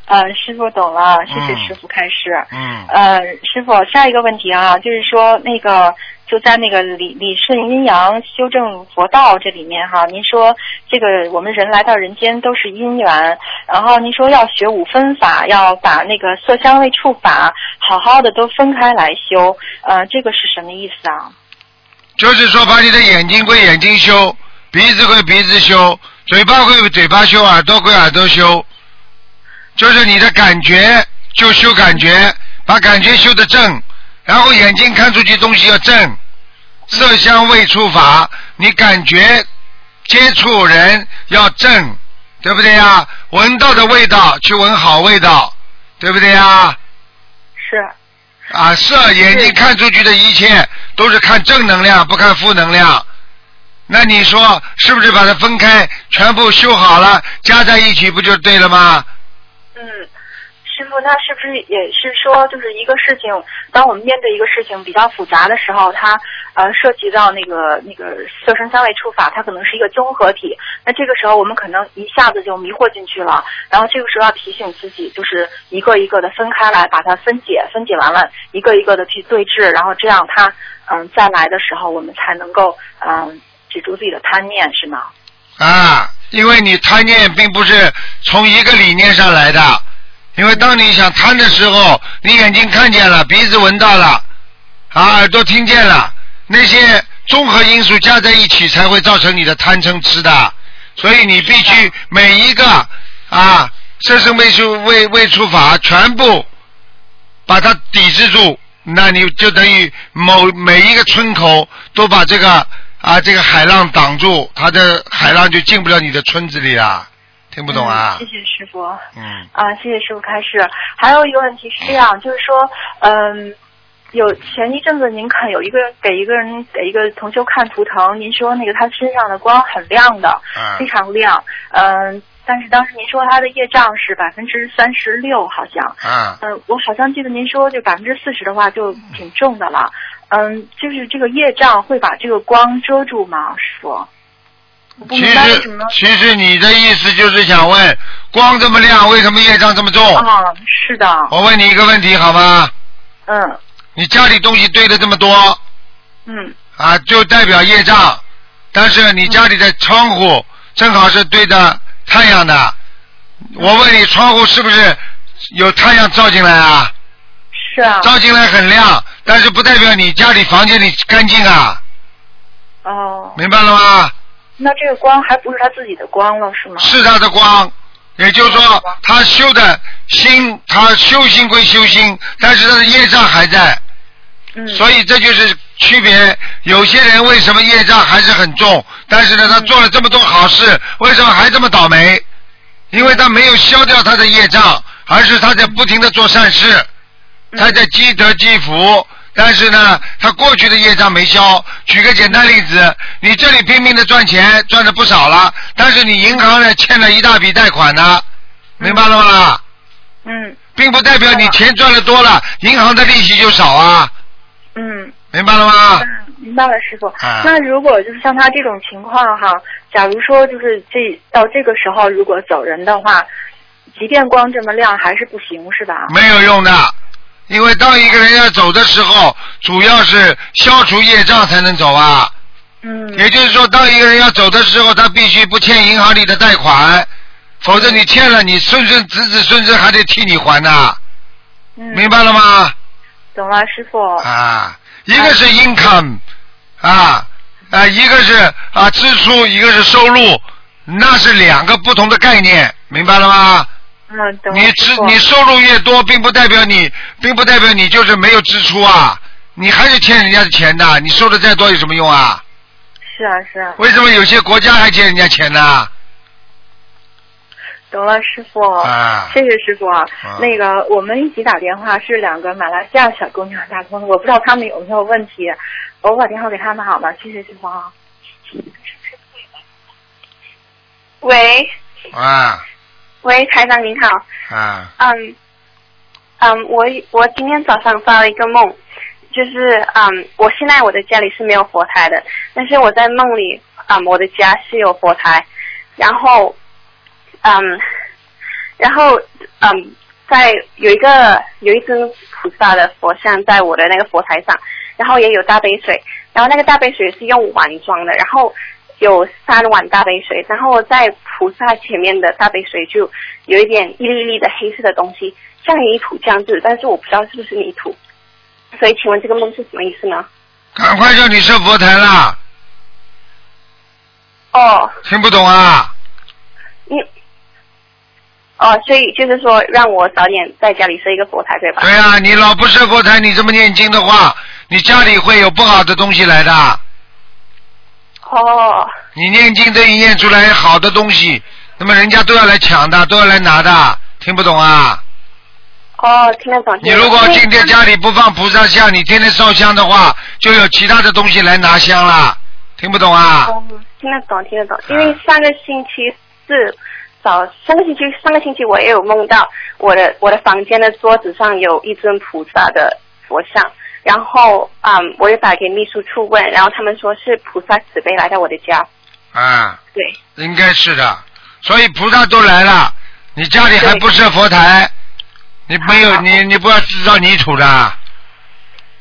呢、
呃，师傅懂了，谢谢
嗯
师傅开示。
嗯，
呃，师傅，下一个问题啊，就是说那个就在那个理理顺阴阳修正佛道这里面哈，您说这个我们人来到人间都是因缘，然后您说要学五分法，要把那个色香味触法好好的都分开来修，呃，这个是什么意思啊？
就是说把你的眼睛归眼睛修，鼻子归鼻子修，嘴巴归嘴巴修，耳朵归耳朵修，就是你的感觉就修感觉，把感觉修的正，然后眼睛看出去东西要正，色香味触法，你感觉接触人要正，对不对呀？闻到的味道去闻好味道，对不对呀？
是
啊，色眼睛看出去的一切都是看正能量，不看负能量。那你说是不是把它分开，全部修好了，加在一起不就对了吗？
嗯，师傅，那是不是也是说，就是一个事情，当我们面对一个事情比较复杂的时候，它呃涉及到那个那个色身三位触法，它可能是一个综合体。那这个时候我们可能一下子就迷惑进去了，然后这个时候要提醒自己，就是一个一个的分开来，把它分解，分解完了，一个一个的去对峙，然后这样它嗯、再来的时候，我们才能够嗯、止住自己的贪念，是吗？
啊，因为你贪念并不是从一个理念上来的，因为当你想贪的时候，你眼睛看见了，鼻子闻到了，啊，耳朵听见了，那些综合因素加在一起才会造成你的贪嗔痴的，所以你必须每一个啊色身未出未未出法，全部把它抵制住，那你就等于某每一个村口都把这个啊这个海浪挡住，它的海浪就进不了你的村子里啊，听不懂啊
嗯？谢谢师傅。
嗯，
啊，谢谢师傅开示。还有一个问题是这样，就是说，嗯，有前一阵子您看有一个人给一个人给一个同修看图腾，您说那个他身上的光很亮的，
啊
非常亮，嗯，但是当时您说他的业障是百分之三十六，好像，
啊，
嗯，我好像记得您说就百分之四十的话就挺重的了，嗯，就是这个业障会把这个光遮住吗，师傅？我不
其
明白为什
实
么
其实你的意思就是想问，光这么亮，为什么业障这么重？
哦
啊，是的，
我问你一个问题好吗？
嗯
你家里东西堆了这么多
嗯
啊，就代表业障，但是你家里的窗户正好是对着太阳的，我问你窗户是不是有太阳照进来啊？
是啊，
照进来很亮，但是不代表你家里房间里干净啊，
哦。
明白了吗？
那这个光还不是他自己的光了，是吗？
是他的光，也就是说他修的心，他修心归修心，但是他的业障还在。
嗯，
所以这就是区别。有些人为什么业障还是很重，但是
嗯
呢，他做了这么多好事，为什么还这么倒霉？因为他没有消掉他的业障，而是他在不停的做善事，
嗯
他在积德积福。但是呢，他过去的业障没消。举个简单例子，你这里拼命的赚钱，赚的不少了，但是你银行呢欠了一大笔贷款呢，明白了吗？
嗯
并不代表你钱赚的多了，银行的利息就少啊，
嗯，
明白了吗？
嗯明白了，师傅。
啊
那如果就是像他这种情况哈，假如说就是这到这个时候如果走人的话，即便光这么亮还是不行，是吧？
没有用的，因为当一个人要走的时候，主要是消除业障才能走啊。
嗯
也就是说，当一个人要走的时候，他必须不欠银行里的贷
嗯
款，否则你欠了，你孙孙子子孙孙还得替你还呐、
嗯，
明白了吗？
懂了，师傅。
啊，一个
哎
是 income，啊啊，一个是啊支出，一个是收入，那是两个不同的概念，明白了吗？
嗯，懂了，
你
师
支
傅。
你收入越多，并不代表你，并不代表你就是没有支出啊，你还是欠人家的钱的，你收的再多有什么用啊？
是啊是啊，
为什么有些国家还欠人家钱呢？
懂了，师傅。
啊，
谢谢师傅啊
啊，
那个我们一起打电话是两个马来西亚小姑娘打通的，我不知道她们有没有问题，我把电话给他们好吗？谢谢师傅啊。喂
啊
喂，台长您好，
啊
嗯嗯，我我今天早上做了一个梦，就是嗯，我现在我的家里是没有佛台的，但是我在梦里，嗯，我的家是有佛台，然后嗯，然后嗯，在有一个有一尊菩萨的佛像在我的那个佛台上，然后也有大杯水，然后那个大杯水是用碗装的，然后有三碗大杯水，然后在菩萨前面的大杯水就有一点一粒一粒的黑色的东西，像泥土这样子，但是我不知道是不是泥土，所以请问这个梦是什么意思呢？
赶快叫你上佛台啦！
哦，
听不懂啊？
你。哦，所以就是说，让我早点在家里设一个佛台，对吧？
对啊，你老不上佛台，你这么念经的话，你家里会有不好的东西来的。
哦，
你念经这一念出来好的东西，那么人家都要来抢的，都要来拿的，听不懂啊？
哦，听得懂。
你如果今天家里不放菩萨像，你天天烧香的话，就有其他的东西来拿香啦。听不懂啊？
哦，听得懂，听得懂。因为上个星期四早，上个星期上个星期我也有梦到我的我的房间的桌子上有一尊菩萨的佛像，然后嗯，我就打给秘书处问，然后他们说是菩萨慈悲来到我的家，
啊，
对，
应该是的。所以菩萨都来了，你家里还不设佛台，你没有你你不要制造泥土的。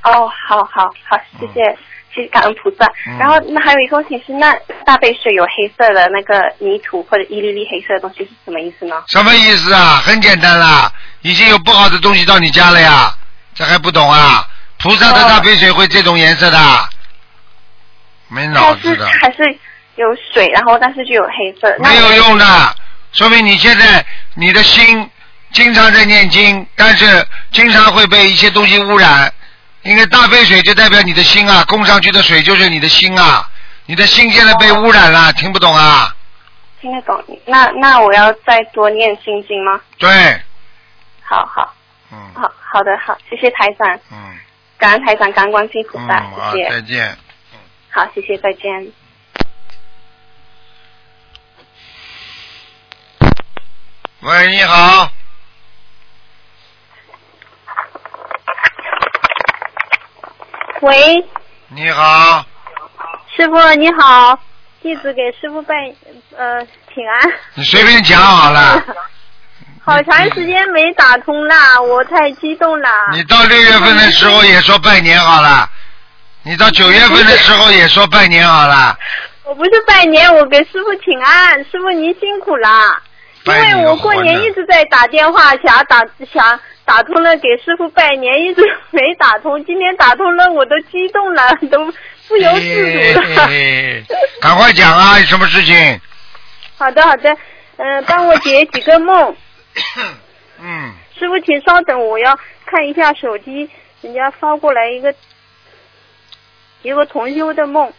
哦，好好好，谢谢，谢谢感恩菩萨。
嗯
然后那还有一个问题是，那大杯水有黑色的那个泥土或者一粒粒黑色的东西是什么意思呢？
什么意思啊？很简单啦，已经有不好的东西到你家了呀，这还不懂啊？菩萨的大杯水会这种颜色的，没脑
它
子
是
的。
还是有水，然后但是就有黑色，那
没有用的，说明你现在你的心经常在念经，但是经常会被一些东西污染。因为大杯水就代表你的心啊，供上去的水就是你的心啊，你的心现在被污染了，听不懂啊？
听得懂。那那我要再多念心经吗？
对，
好好
嗯
好好的好，谢谢台长，
嗯
感恩台长，感恩观世音菩
嗯，
萨，
啊
谢，谢。
再见。
好，谢谢，再见。
喂，你好。
喂，
你好，
师傅你好，弟子给师傅拜呃请安，
你随便讲好了。
[laughs] 好长时间没打通啦，我太激动啦。
你到六月份的时候也说拜年好了，你到九月份的时候也说拜年好了，
我不是拜年，我给师傅请安，师傅您辛苦啦。因
拜哎你
为
个
我过
魂
年
呐
一直在打电话，想打想打通了给师傅拜年，一直 [laughs] 没打通。今天打通了，我都激动了，都不由自主
哎
了。
赶快讲啊，有什么事情？
好的好的，嗯、帮我解几个梦。
嗯，
师傅，请稍等，我要看一下手机，人家发过来一个一个同修的梦。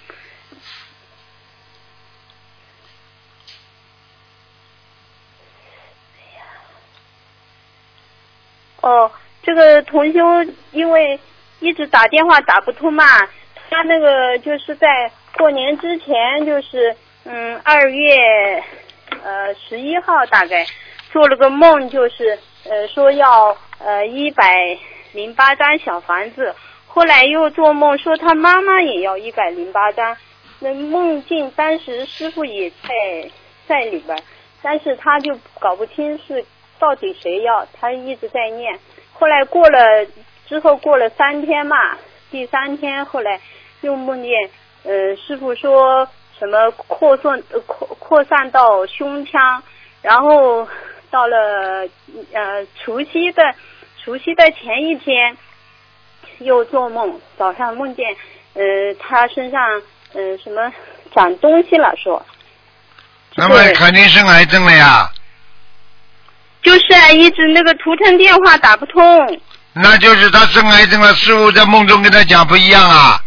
哦，这个同修因为一直打电话打不通嘛，他那个就是在过年之前，就是嗯
啊
二月呃十一号大概做了个梦，就是呃说要呃一百零八张小房子，后来又做梦说他妈妈也要一百零八张，那梦境当时师傅也在在里边儿，但是他就搞不清是到底谁要，他一直在念。后来过了之后过了三天嘛，第三天后来又梦见呃师傅说什么扩散呃扩扩散到胸腔，然后到了呃除夕的除夕的前一天又做梦，早上梦见呃他身上呃什么长东西了说。
那么肯定生癌症了呀，
就是啊，一直那个图腾电话打不通。
那就是他生癌症了。师傅在梦中跟他讲不一样啊，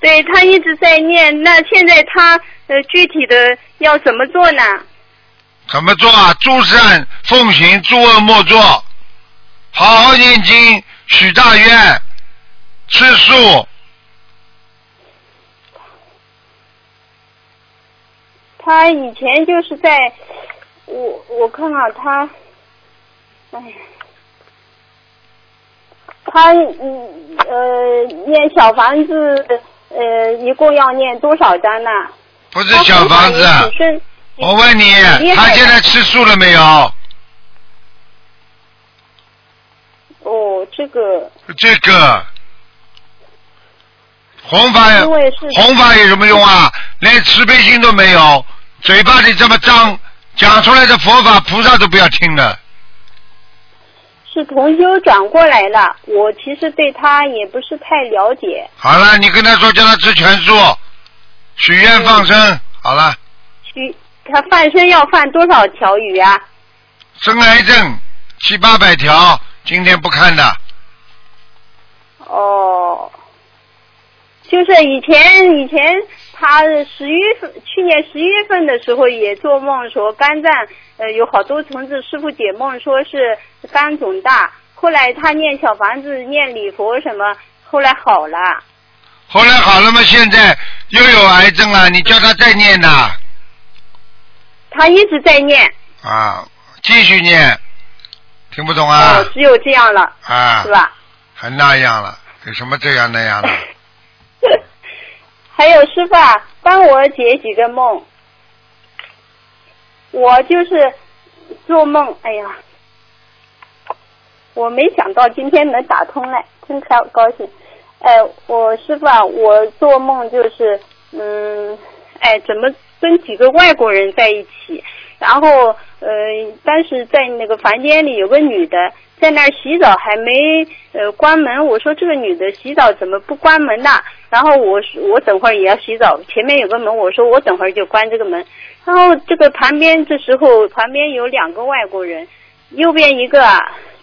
对他一直在念，那现在他呃具体的要怎么做呢？
怎么做啊？诸善奉行，诸恶莫作，好好念经，许大愿，吃素，
他以前就是在，我我看看他，哎呀，他嗯呃念小房子呃一共要念多少章呢？
不是
他
小
平常
房子。啊
也只是
我问你
厉，害
他现在吃素了没有？
哦，这个
这个弘法
因为是
弘法有什么用啊？连慈悲心都没有，嘴巴里这么脏，讲出来的佛法菩萨都不要听的。
是同修转过来了，我其实对他也不是太了解。
好了，你跟他说叫他吃全素，许愿放
嗯
生。好了，
鱼，他放生要放多少条鱼啊？
生癌症七八百条，今天不看的。
哦，就是以前以前他十一月份，去年十一月份的时候也做梦说肝脏呃有好多虫子，师傅解梦说是肝肿大，后来他念小房子念礼佛什么，后来好了。
后来好了嘛，现在又有癌症了，你叫他再念呐，
他一直在念，
啊，继续念，听不懂
哦、
啊？
只有这样了，
啊，
是吧？
还那样了，有什么这样那样的？
[laughs] 还有师傅啊，帮我解几个梦。我就是做梦，哎呀，我没想到今天能打通嘞，真高高兴。哎，我师傅啊，我做梦就是，嗯，哎，怎么跟几个外国人在一起？然后，呃，当时在那个房间里有个女的，在那儿洗澡还没呃关门，我说这个女的洗澡怎么不关门呢？然后我我等会儿也要洗澡，前面有个门，我说我等会儿就关这个门。然后这个旁边这时候旁边有两个外国人，右边一个啊，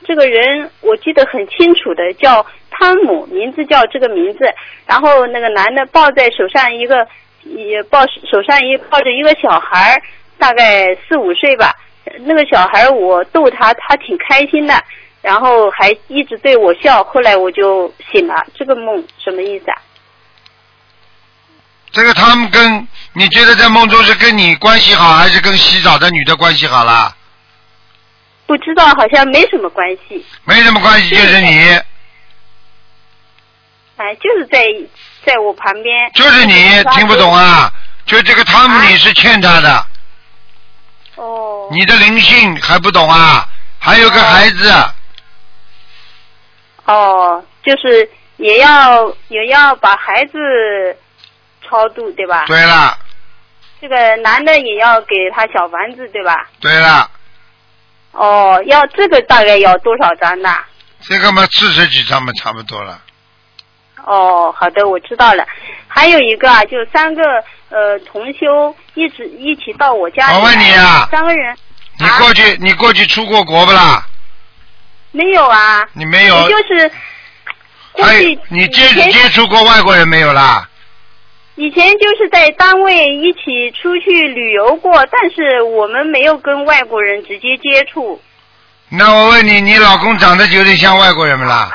这个人我记得很清楚的叫汤姆，名字叫这个名字。然后那个男的抱在手上一个，也抱手上一抱着一个小孩儿，大概四五岁吧。那个小孩儿我逗他，他挺开心的，然后还一直对我笑。后来我就醒了，这个梦什么意思啊？
这个他们跟你觉得在梦中是跟你关系好，还是跟洗澡的女的关系好啦？
不知道，好像没什么关系。
没什么关系，就是你，
哎，就是在在我旁边。
就是你，听不懂啊？就这个汤姆，你是欠他的，
啊哦，
你的灵性还不懂啊？还有个孩子，
哦，就是也要也要把孩子超度对吧？
对了，
这个男的也要给他小房子对吧？
对了，
哦，要这个大概要多少张呢？
这个嘛，四十几张嘛，差不多
啊
了。
哦，好的，我知道了。还有一个啊，就三个呃同修一直一起到我家里来。
我问你啊
三个人
你过去，你过去出过国不啦？
没有啊？
你没有
我就？是过
哎
去，
你
以
接
前
接触过外国人没有啦？
以前就是在单位一起出去旅游过，但是我们没有跟外国人直接接触
那我问你，你老公长得有点像外国人不啦？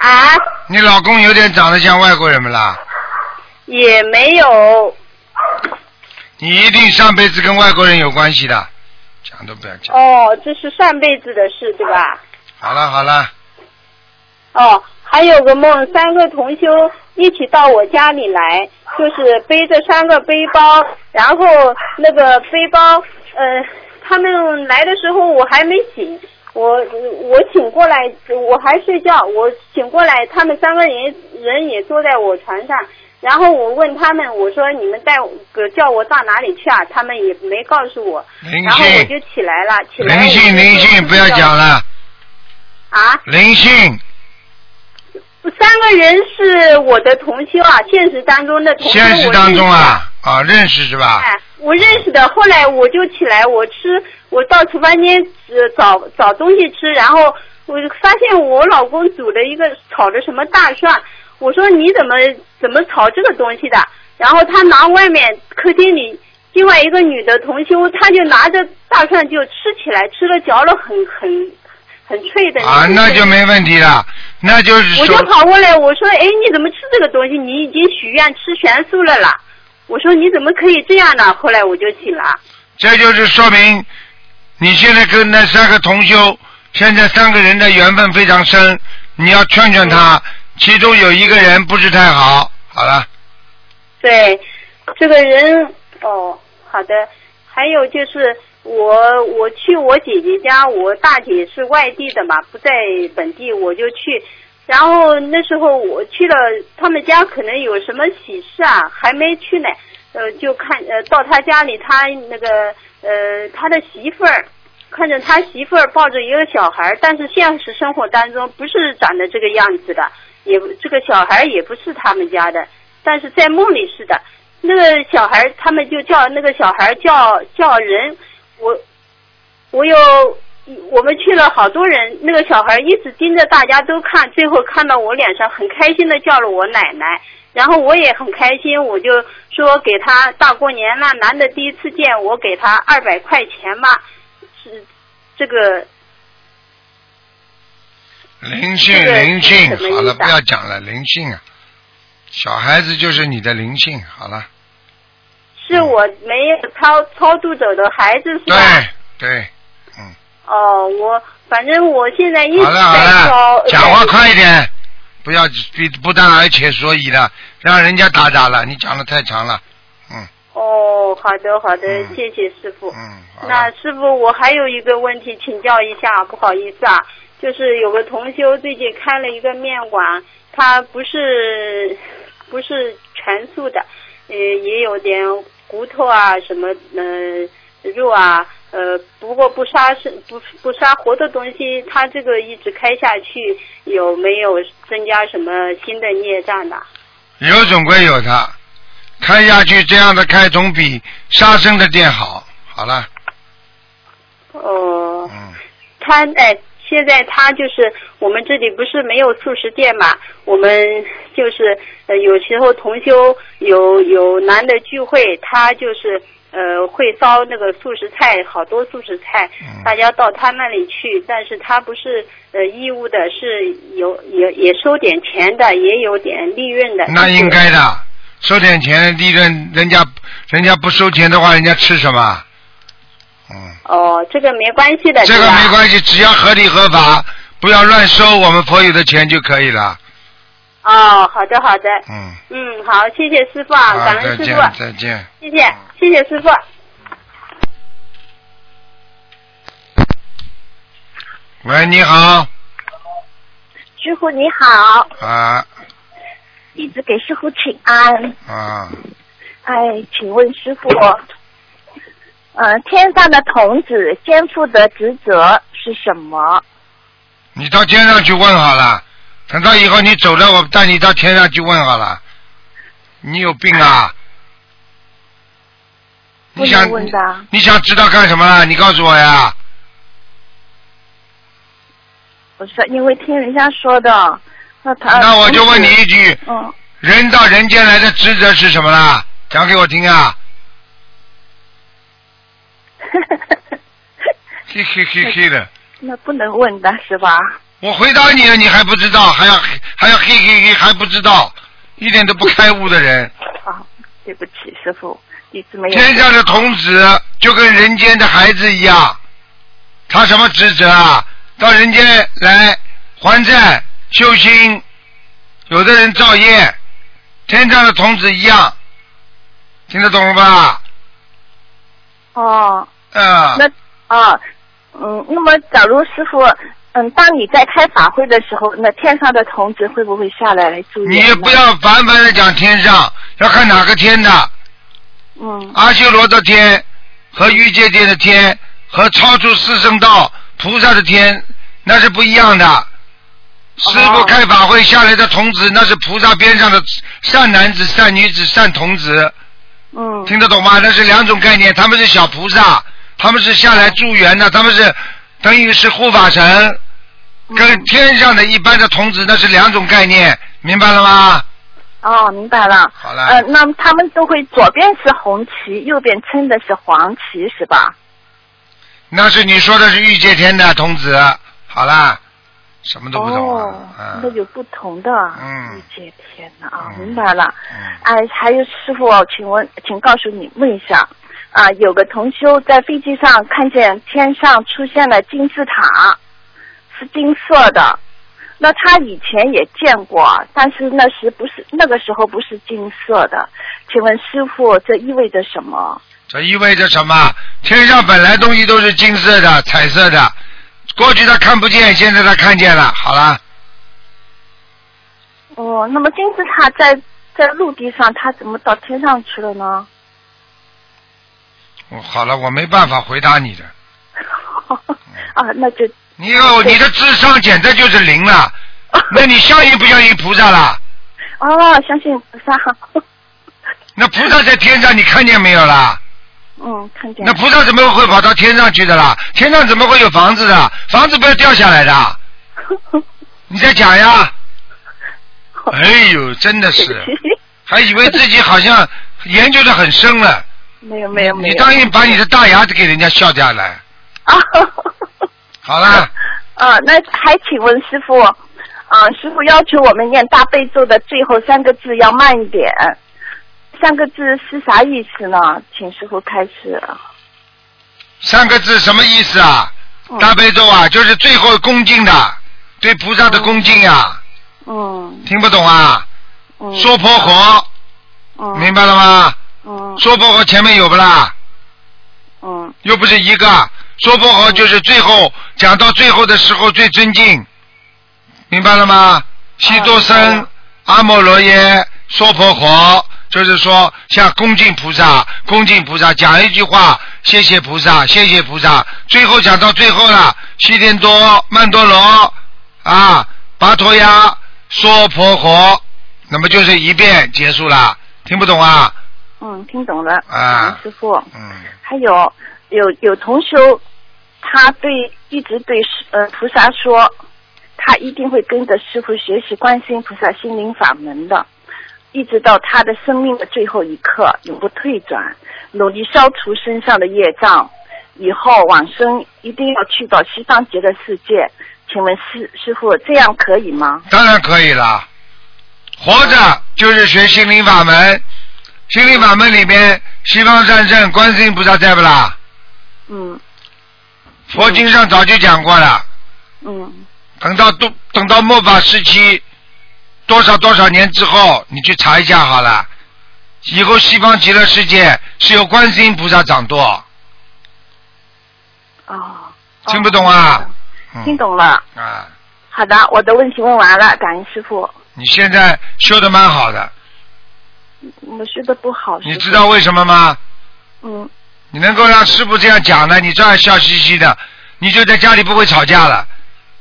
啊，
你老公有点长得像外国人不啦？
也没有
你一定上辈子跟外国人有关系的，讲都不要讲。
哦，这是上辈子的事，对吧？
好了好了，
哦，还有个梦，三个同修一起到我家里来，就是背着三个背包，然后那个背包，呃，他们来的时候我还没醒，我我醒过来，我还睡觉，我醒过来，他们三个人人也坐在我床上。然后我问他们，我说你们带我呃叫我到哪里去啊？他们也没告诉我。
灵
然后我就
性
起来了，起来
灵性
我就
灵性，不要讲了，
啊！
灵性
三个人是我的同修啊，现实当中的同修，
现实当中啊啊认识是
我认识的。
吧？
哎，我认识的，后来我就起来，我吃，我到厨房间呃找找东西吃，然后我就发现我老公煮了一个炒的什么大蒜，我说你怎么怎么炒这个东西的？然后他拿外面客厅里另外一个女的同修，她就拿着大蒜就吃起来，吃了嚼了很很很脆的
啊，
种
那就
味
没问题了，那就是
我就
说，
跑过来，我说：“哎，你怎么吃这个东西？你已经许愿吃全素了啦！”我说：“你怎么可以这样呢？”后来我就醒了。
这就是说明你现在跟那三个同修，现在三个人的缘分非常深，你要劝劝
嗯
他，其中有一个人不是太好，好了，
对，这个人哦，好的。还有就是我我去我姐姐家，我大姐是外地的嘛，不在本地，我就去。然后那时候我去了他们家，可能有什么喜事啊，还没去呢。呃，就看呃到他家里，他那个呃他的媳妇儿。看着他媳妇儿抱着一个小孩儿，但是现实生活当中不是长得这个样子的，也不这个小孩儿也不是他们家的，但是在梦里是的。那个小孩儿他们就叫那个小孩儿叫叫人，我我有我们去了好多人，那个小孩儿一直盯着大家都看，最后看到我脸上很开心的叫了我奶奶，然后我也很开心，我就说给他大过年了，难得第一次见，我给他二百块钱嘛，是这个
灵性
这个
灵性
是什么，
好了，
意思啊
不要讲了，灵性啊，小孩子就是你的灵性，好了，
是我没有超超度走的孩子是吧？
对对，嗯，
哦，我反正我现在一直
好了好
在烧
[laughs] 了，，讲话
在
快一点，不要不不但而且所以了，让人家打打了，你讲的太长了，嗯
哦，好的好的，
嗯
谢谢师傅。
嗯，好
那
了，
师傅，我还有一个问题请教一下，不好意思啊，就是有个同修最近开了一个面馆，他不是不是全素的，呃，也有点骨头啊什么呃肉啊，呃，不过不杀生不不杀活的东西，他这个一直开下去，有没有增加什么新的孽障呢？
有总归有的，开下去这样的开总比杀生的店好。好了，
哦、
嗯，
他哎，现在他就是我们这里不是没有素食店嘛，我们就是呃有时候同修有有男的聚会，他就是呃会烧那个素食菜，好多素食菜，
嗯
大家到他那里去，但是他不是呃义务的，是有也也收点钱的，也有点利润的。
那应该的，收点钱利润，人家人家不收钱的话，人家吃什么？嗯，
哦，这个没关系的，
这
是
个
吧
没关系，只要合理合法，不要乱收我们佛友的钱就可以了。
哦，好的好的，
嗯，
嗯，好，谢谢师傅啊，
好，
感
再
恩师
见
傅，
再见。
谢谢谢谢师傅。
喂，你好，
师傅你好，
啊
弟子给师傅请安。
啊，
哎，请问师傅，呃，天上的童子肩负的职责是什么？
你到天上去问好了，等到以后你走了，我带你到天上去问好了。你有病啊？
不
你想
能问的啊。
你想知道干什么啦？你告诉我呀。
不是，因为听人家说的。那他
那我就问你一句，
嗯，
人到人间来的职责是什么啦？讲给我
[laughs]
听啊！嘿嘿嘿嘿的，
那不能问的是吧？
我回答你了，你还不知道，还要还要嘿嘿嘿，还不知道，一点都不开悟的人。
啊，对不起，师傅，弟子
哎
没有。
天上的童子就跟人间的孩子一样，他什么职责啊？到人间来还债、修心，有的人造业，天上的童子一样，听得懂了吧？
哦，
啊、
那啊，嗯，那么假如师傅，嗯，当你在开法会的时候，那天上的童子会不会下来来助
你
缘
也
呢
不要凡凡的讲天上，要看哪个天的，
嗯
阿修罗的天和欲界天的天和超出四圣道菩萨的天，那是不一样的。师傅开法会下来的童子，那是菩萨边上的善男子、善女子、善童子，
嗯
听得懂吗？那是两种概念，他们是小菩萨，他们是下来助缘的，他们是等于是护法神，
嗯
跟天上的一般的童子那是两种概念，明白了吗？
哦，明白了。
好了。
呃，那么他们都会左边是红旗，右边撑的是黄旗，是吧？
那是你说的是玉界天的童子，好啦，什么都不懂
哦
了，，
那
嗯，
有不同的。
嗯
理解天呐啊，
嗯
明白了。
嗯
哎，还有师傅，请问，请告诉你问一下，啊，有个同修在飞机上看见天上出现了金字塔，是金色的。那他以前也见过，啊但是那时不是那个时候不是金色的，请问师傅这意味着什么？
这意味着什么？天上本来东西都是金色的、彩色的，过去他看不见，现在他看见了，好啦，
哦，那么金字塔在在陆地上，它怎么到天上去了呢？
我哦好了，我没办法回答你的，
[laughs] 啊，那就
你有你的智商简直就是零了，那你相信不相信菩萨啦？
哦，相信菩萨。 [laughs]
那菩萨在天上，你看见没有啦？
嗯，看见
那菩萨怎么会跑到天上去的啦？天上怎么会有房子的？房子不要掉下
[laughs]
来的，
了。
你在讲呀？哎呦，真的
对
是
不。 [laughs] 起，
还以为自己好像研究的很深了，
没有没有没有。
你当心把你的大牙子给人家笑掉来。
啊， [laughs]
好啦，
啊，那还请问师傅，啊，师傅要求我们念大悲咒的最后三个字要慢一点，三个字是啥意思呢？请师傅开始。
三个字什么意思啊？
嗯
大悲咒啊，就是最后恭敬的，对菩萨的恭敬呀、
嗯
听不懂啊？
嗯。
娑婆诃，
嗯。
明白了吗？
嗯
娑婆诃前面有不啦？
嗯
又不是一个，娑婆诃就是最后讲到最后的时候最尊敬，啊明白了吗？西
明
多
白
僧
了、
阿摩罗耶、娑婆诃，就是说像恭敬菩萨，恭敬菩萨讲一句话，谢谢菩萨，谢谢菩萨，最后讲到最后了，西天多曼多罗啊，跋陀呀，娑婆诃，那么就是一遍结束了，听不懂啊？
嗯，听懂了。
啊，
师傅，
嗯，
还有有有同修，他对一直对师呃菩萨说，他一定会跟着师傅学习观世音菩萨心灵法门的，一直到他的生命的最后一刻，永不退转，努力消除身上的业障，以后往生一定要去到西方极乐世界。请问师师傅，这样可以吗？
当然可以了。活着就是学心灵法门，心灵法门里面西方战胜观世音菩萨在不啦？
嗯
佛经上早就讲过了，
嗯
等到都等到末法时期，多少多少年之后，你去查一下好了。以后西方极乐世界是由观世音菩萨掌舵，
哦，
听不懂啊？
听懂了。
啊，
好的，我的问题问完了，感恩师傅。
你现在修的蛮好的，
我学的不好。
你知道为什么吗？
嗯，
你能够让师傅这样讲呢，你照样笑嘻嘻的，你就在家里不会吵架了。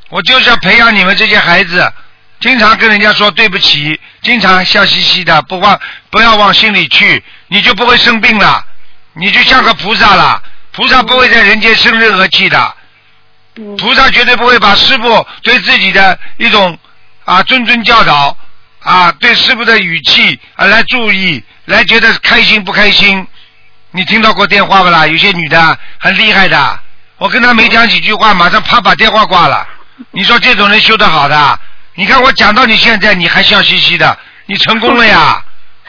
我就是要培养你们这些孩子，经常跟人家说对不起，经常笑嘻嘻的，不往不要往心里去，你就不会生病了，你就像个菩萨了。菩萨不会在人间生任何气的，
嗯
嗯
菩萨绝对不会把师傅对自己的一种啊谆谆教导啊，对师傅的语气啊来注意，来觉得开心不开心。你听到过电话不啦？有些女的很厉害的，我跟她没讲几句话，马上啪把电话挂了。你说这种人修得好的？你看我讲到你现在，你还笑嘻嘻的，你成功了呀！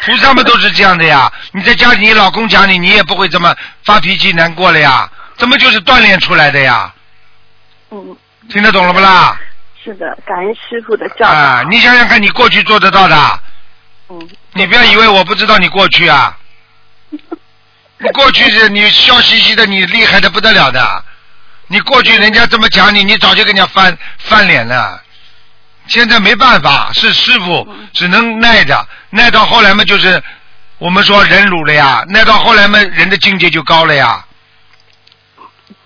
菩萨们都是这样的呀。你在家里，你老公讲你，你也不会这么发脾气、难过了呀。这么就是锻炼出来的呀。
嗯，
听得懂了不啦？
是的，感恩师傅的教导。
啊，你想想看，你过去做得到的。
嗯。
你不要以为我不知道你过去
[laughs]
啊。你过去是你笑嘻嘻的，你厉害的不得了的。你过去人家这么讲你，你早就跟人家翻翻脸了。现在没办法，是师傅
嗯
只能耐着，耐到后来嘛，就是我们说忍辱了呀，耐到后来嘛，人的境界就高了呀。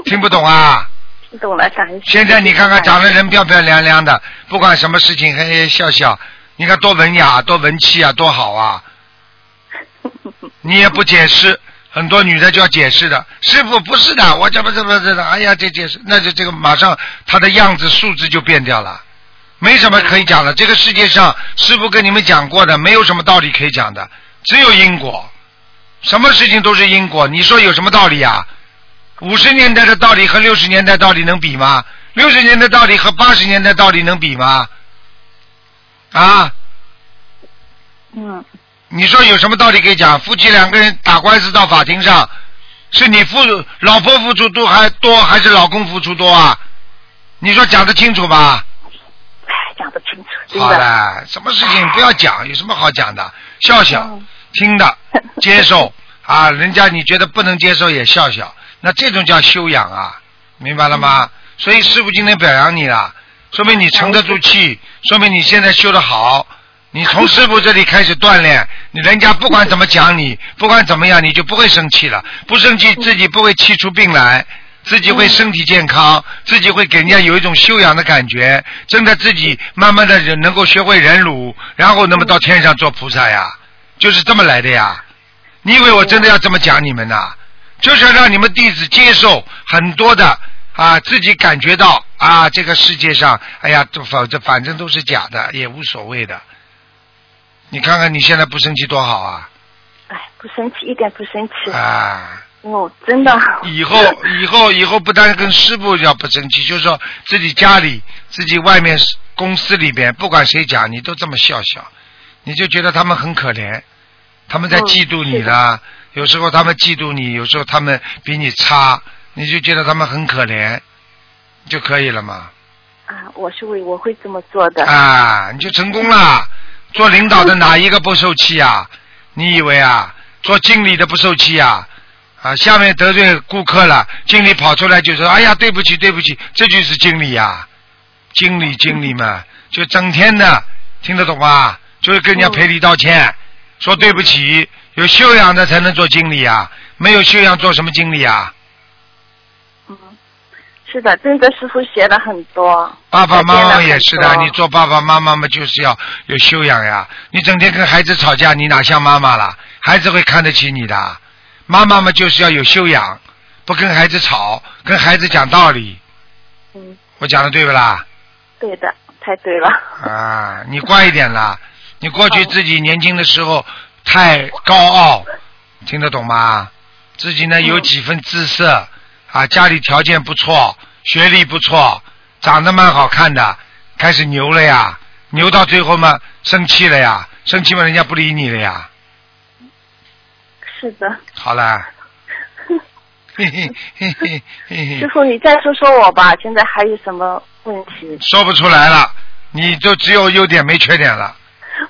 听不懂啊？
听懂了，感恩师傅。
现在你看看长得
感恩
人漂漂亮亮的，不管什么事情嘿嘿笑笑，你看多文雅、多文气啊，多好啊！你也不解释，很多女的就要解释的。师傅不是的，我怎么怎么怎么，哎呀，这解释，那就这个马上她的样子素质就变掉了，没什么可以讲的。这个世界上，师傅跟你们讲过的，没有什么道理可以讲的，只有因果。什么事情都是因果，你说有什么道理啊？五十年代的道理和六十年代道理能比吗？六十年代道理和八十年代道理能比吗？啊，
嗯
你说有什么道理可以讲？夫妻两个人打官司到法庭上，是你付老婆付出多还多，还是老公付出多啊？你说讲得清楚吧？
哎讲不清楚，真
好
的。
了，什么事情不要讲，有什么好讲的？笑笑，听的，接受啊，人家你觉得不能接受也笑笑，那这种叫修养啊，明白了吗？所以师傅今天表扬你了，说明你沉得住气，说明你现在修得好。你从师傅这里开始锻炼，你人家不管怎么讲你，不管怎么样，你就不会生气了。不生气，自己不会气出病来，自己会身体健康，自己会给人家有一种修养的感觉。真的，自己慢慢的能够学会忍辱，然后那么到天上做菩萨呀，就是这么来的呀。你以为我真的要这么讲你们呐、就是要让你们弟子接受很多的啊，自己感觉到啊，这个世界上，哎呀，这反正反正都是假的，也无所谓的。你看看你现在不生气多好啊！
哎，不生气，一点不生气。
啊，
哦，真的。
以后以后以后不单跟师傅要不生气，就是说自己家里、自己外面公司里边，不管谁讲，你都这么笑笑，你就觉得他们很可怜，他们在嫉妒你啦。有时候他们嫉妒你，有时候他们比你差，你就觉得他们很可怜，就可以了嘛。
啊，我是为我会这么做的。
啊，你就成功了。做领导的哪一个不受气啊？你以为啊？做经理的不受气啊？啊，下面得罪顾客了，经理跑出来就说：“哎呀，对不起，对不起。”这就是经理呀、经理经理嘛，就整天的听得懂吧？就是跟人家赔礼道歉，说对不起，有修养的才能做经理啊，没有修养做什么经理啊？
是的，真的师傅学了很多。
爸爸妈妈也是
改变
的，
了很多
你做爸爸妈妈嘛，就是要有修养呀。你整天跟孩子吵架，你哪像妈妈了？孩子会看得起你的。妈妈嘛，就是要有修养，不跟孩子吵，跟孩子讲道理。
嗯，
我讲的对不啦？
对的，太对了。 [laughs]
啊，你乖一点啦。你过去自己年轻的时候太高傲，听得懂吗？自己呢有几分姿色啊，家里条件不错，学历不错，长得蛮好看的，开始牛了呀，牛到最后嘛生气了呀，生气嘛人家不理你了呀，
是的，
好啦。 [laughs] 嘿嘿嘿嘿嘿
师
嘿，
傅你再说说我吧，现在还有什么问题？ [laughs]
说不出来了，你就只有优点没缺点了。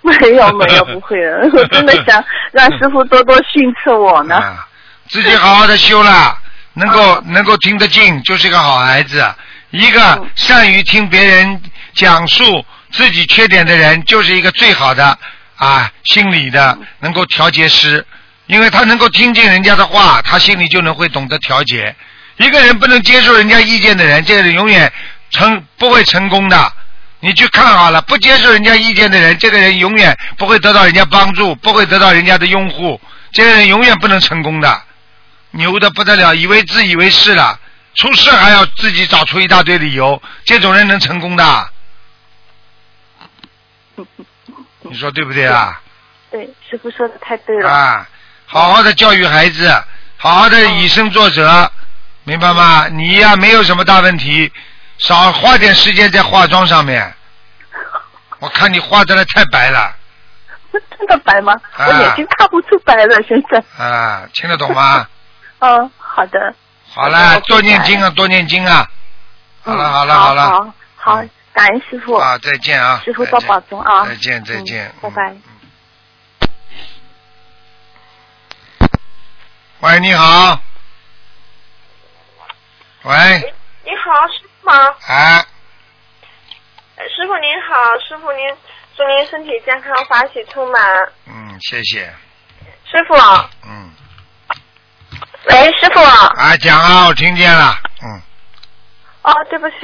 没有没有，不会的， [laughs] 我真的想让师傅多多训斥我呢。
啊，自己好好的修啦，能够能够听得进，就是一个好孩子。一个善于听别人讲述自己缺点的人，就是一个最好的啊心理的能够调节师，因为他能够听进人家的话，他心里就能会懂得调节。一个人不能接受人家意见的人，这个人永远成不会成功的。你去看好了，不接受人家意见的人，这个人永远不会得到人家帮助，不会得到人家的拥护，这个人永远不能成功的。牛的不得了，以为自以为是了，出事还要自己找出一大堆理由，这种人能成
[laughs]
功的？你说对不对啊？
对，师傅说的太对了。
啊，好好的教育孩子，好好
哦
的以身作则，明白吗？你呀、没有什么大问题，少花点时间在化妆上面。我看你化的了太白了
真的白吗？
啊
我眼睛看不出白了，现在。
啊，听得
[laughs]
懂吗？
嗯，好的。
好了，
我
多念经啊，多念经啊。好了，好了，好了。
嗯好，好，感恩师傅，
啊，再见啊！
师傅
再
多
见
保重啊。
再见，再见
嗯。拜拜。
喂，你好。喂，
你好，师傅吗？呃
哎，
师傅您好，师傅您祝您身体健康，法喜充满。
嗯，谢谢，
师傅，
嗯，
喂，师傅。
啊，讲啊，我听见了，嗯，
哦，对不起，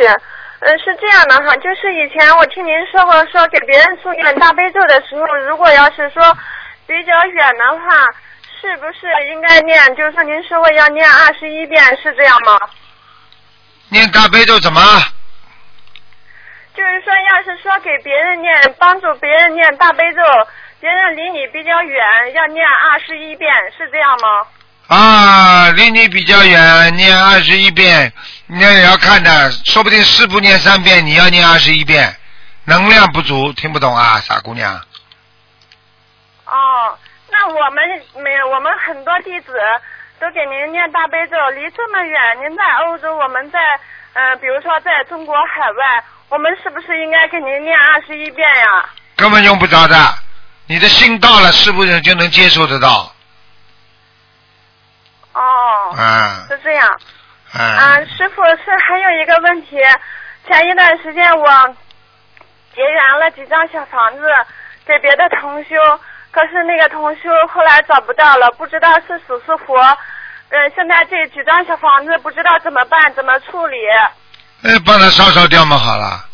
嗯，是这样的哈，就是以前我听您说过，说给别人送一本大悲咒的时候，如果要是说比较远的话，是不是应该念？就是说您说过要念二十一遍，是这样吗？
念大悲咒怎么？
就是说，要是说给别人念，帮助别人念大悲咒，别人离你比较远，要念二十一遍，是这样吗？
啊，离你比较远，念二十一遍，那也要看的，说不定师傅念三遍，你要念二十一遍，能量不足，听不懂啊，傻姑娘。
哦，那我们没，我们很多弟子都给您念大悲咒，离这么远，您在欧洲，我们在，呃，比如说在中国海外，我们是不是应该给您念二十一遍呀？
根本用不着的。你的心到了，师傅就能接受得到。
哦，
啊
是这样。
啊
啊，师傅是还有一个问题，前一段时间我结缘了几张小房子给别的同修，可是那个同修后来找不到了，不知道是死是活。呃，现在这几张小房子不知道怎么办，怎么处理。
呃，帮他烧烧掉嘛，好了。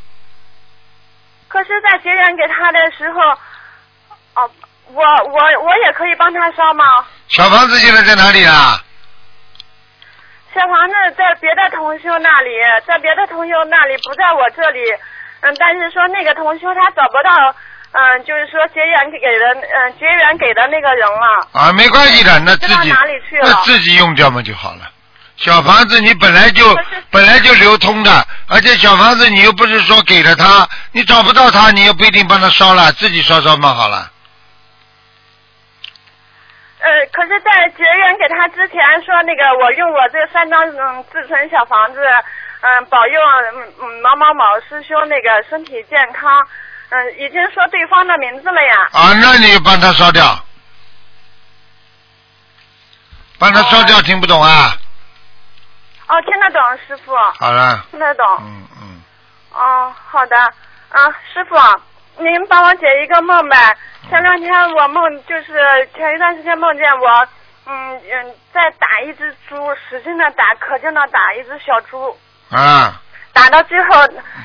可是，在结缘给他的时候，哦，我我我也可以帮他烧吗？
小房子现在在哪里啊啦？
小房子在别的同修那里，在别的同修那里，不在我这里。嗯，但是说那个同修他找不到，嗯，就是说结缘给的，嗯，结缘给的那个人了。
啊，没关系的，那自
不
己
知道哪里去了
那自己用掉嘛就好了。小房子你本来就
可是
本来就流通的，而且小房子你又不是说给了他，你找不到他，你又不一定帮他烧了，自己烧烧嘛好了。
呃，可是，在结缘给他之前说那个，我用我这三张嗯自存小房子，嗯，保佑嗯嗯毛毛毛师兄那个身体健康。嗯，已经说对方的名字了呀。
啊，那你就帮他烧掉，帮他烧掉，听不懂啊？
哦，听得懂，师傅，
好了，
听得懂。
嗯嗯。
哦，好的，啊，师傅，您帮我解一个梦呗。
嗯
前两天我梦就是前一段时间梦见我，嗯嗯，在打一只猪，使劲的打，可劲的打一只小猪，
啊，
打到最后，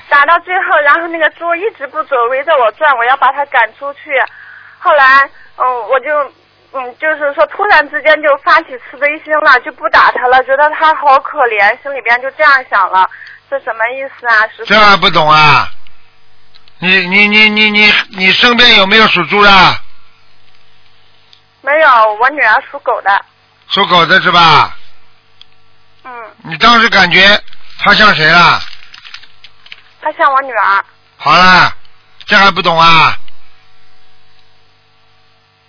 打到最后，然后那个猪一直不走，围着我转，我要把它赶出去。后来，嗯，我就，嗯，就是说突然之间就发起慈悲心了，就不打它了，觉得它好可怜，心里边就这样想了，这什么意思啊？师傅
这还不懂啊？你你你你你你身边有没有属猪的？
没有，我女儿属狗的，
属狗的是吧？
嗯，
你当时感觉他像谁啦？
她像我女儿，
好啦，这还不懂啊？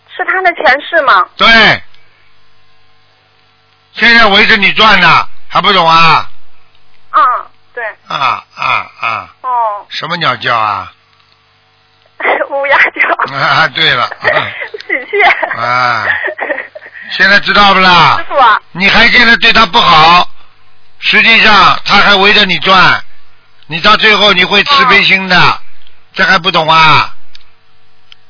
是她的前世吗？
对，现在围着你转呢，还不懂啊？
嗯，对，
啊啊啊！
哦， [laughs]
什么鸟叫啊？
乌鸦叫，
啊，对了，
喜鹊。
啊，现在知道不啦
师？傅啊，
你还现在对他不好，实际上他还围着你转，你到最后你会慈悲心的，这还不懂啊？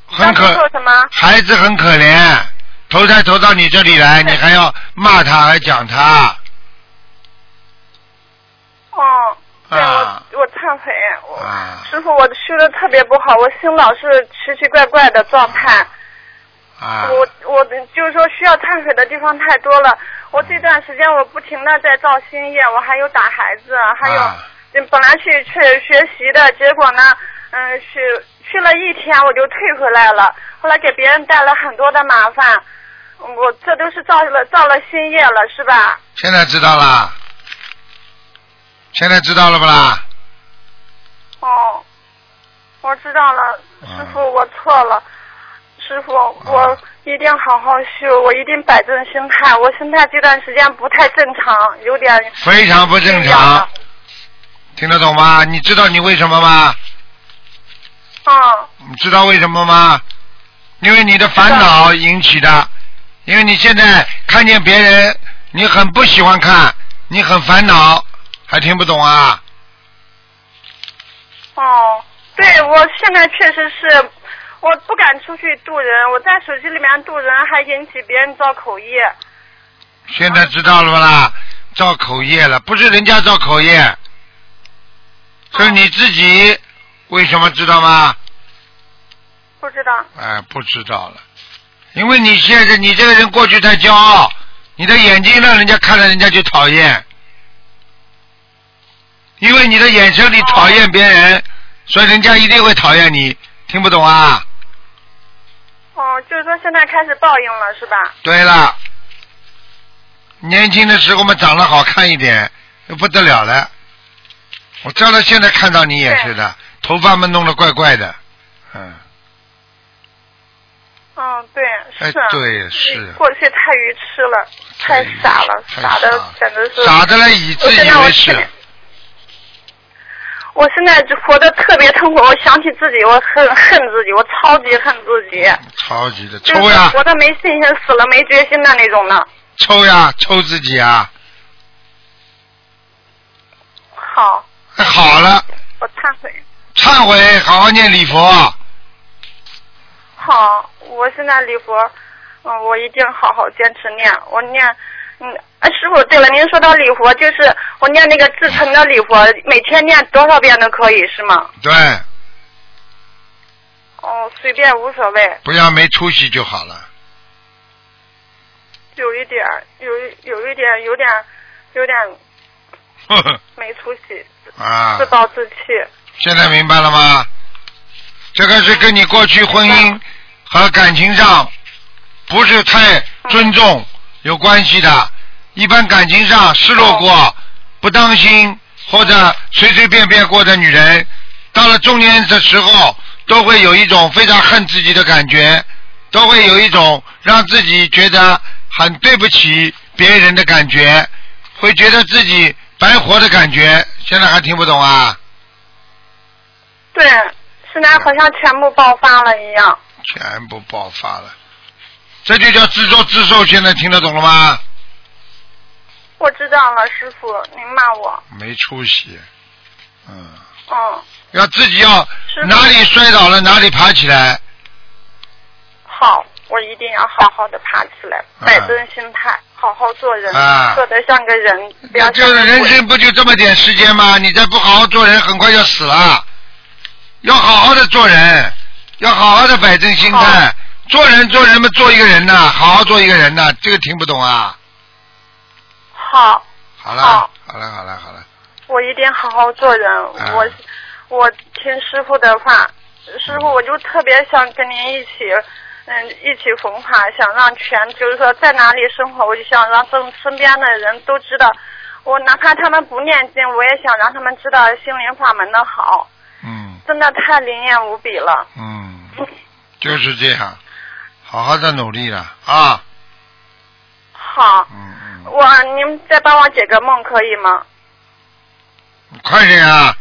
很
那师
可
傅什么？
孩子很可怜，投胎投到你这里来，你还要骂他，还讲他
哦，对
啊
我我忏悔，我
啊
师傅，我修的特别不好，我心老是奇奇怪怪的状态，
啊！
我我就是说需要忏悔的地方太多了。我这段时间我不停的在造新业，我还有打孩子，还有、嗯
啊
本来去去学习的，结果呢，嗯，去去了一天我就退回来了，后来给别人带了很多的麻烦。我这都是造了造了新业了，是吧？
现在知道啦？现在知道了不啦？
哦，我知道了，师傅，
啊
我错了。师傅，我一定好好修，我一定摆正心态。我心态这段时间不太正常，有点
非常不正常，听得懂吗？你知道你为什么吗？
嗯，
你知道为什么吗？因为你的烦恼引起的，因为你现在看见别人，你很不喜欢看，你很烦恼，还听不懂啊？
哦，对，我现在确实是，我不敢出去渡人，我在手机里面渡人还引起别人造口业。
现在知道了吧啦？造口业了，不是人家造口业，是你自己，为什么知道吗？
不知道，
哎，不知道了，因为你现在你这个人过去太骄傲，你的眼睛让人家看了人家就讨厌，因为你的眼神里讨厌别人，所以人家一定会讨厌你，听不懂啊？
哦，就是说现在开始报应了，是吧？
对了，年轻的时候嘛长得好看一点，就不得了了。我照到现在看到你也是的，头发嘛弄得怪怪的，嗯，
嗯，对，
哎
是。
对是
过去太愚痴了，太傻了，
太
傻
傻
的
了
简嗯直是。
傻的来以自
我现
以
在
为
我
是
现。我现在就活得特别痛苦，我想起自己，我很恨自己，我超级恨自己，
超级的
就是
抽呀
活得没信心，死了没决心的那种呢。
抽呀抽自己啊，
好，
哎好了，
我忏悔。
忏悔，好好念礼佛，
好，我现在礼佛，嗯，我一定好好坚持念。我念，嗯，啊，师傅，对了，您说到礼佛，就是我念那个至诚的礼佛，每天念多少遍都可以是吗？
对，
哦，随便无所谓，
不要没出息就好了。 [laughs]
有一点儿，有一有一点儿，有点儿，有点儿
呵呵
没出息，
啊
自，暴自弃。
现在明白了吗？这个是跟你过去婚姻和感情上不是太尊重有关系的。一般感情上失落过、不当心或者随随便便过的女人，到了中年的时候，都会有一种非常恨自己的感觉，都会有一种让自己觉得很对不起别人的感觉，会觉得自己白活的感觉。现在还听不懂啊？
对，现在好像全部爆发了一样。
全部爆发了，这就叫自作自受。现在听得懂了吗？
我知道了，师傅，您骂我。
没出息，嗯，
嗯，
要自己要
师傅
哪里摔倒了哪里爬起来。
好，我一定要好好的爬起来，摆正心态，好好做人，
啊
做得像个人，不要
那
像
就是
个
人
鬼
生不就这么点时间吗？你再不好好做人，很快就死了。要好好的做人，要好好的摆正心态。做人做人嘛，做一个人呐、好好做一个人呐、这个听不懂啊。
好，
好了，好了，好了，好了。
我一定好好做人。
啊
我我听师傅的话，师
嗯
傅我就特别想跟您一起，嗯，一起弘法，想让全就是说在哪里生活，我就想让身身边的人都知道，我哪怕他们不念经，我也想让他们知道心灵法门的好。
嗯
真的太灵验无比了。
嗯，就是这样，好好的努力了啊。
好，
嗯
我您再帮我解个梦可以吗？
嗯，快点啊！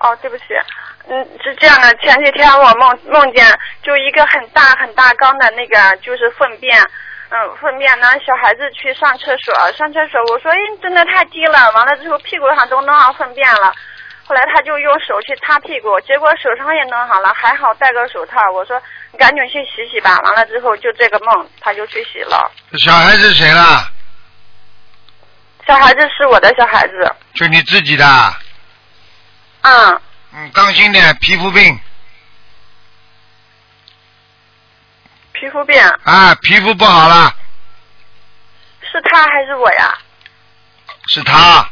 哦，对不起，嗯，是这样的，前几天我梦梦见就一个很大很大缸的那个就是粪便，嗯，粪便呢，小孩子去上厕所，上厕所，我说，哎，真的太低了，完了之后屁股上都弄上粪便了。后来他就用手去擦屁股，结果手上也弄好了，还好戴个手套。我说你赶紧去洗洗吧。完了之后就这个梦，他就去洗了。
小孩是谁啦？
小孩子是我的小孩子，
就你自己的，
嗯，
嗯，当心点，皮肤病
皮肤病
啊，皮肤不好了，
是他还是我呀？
是他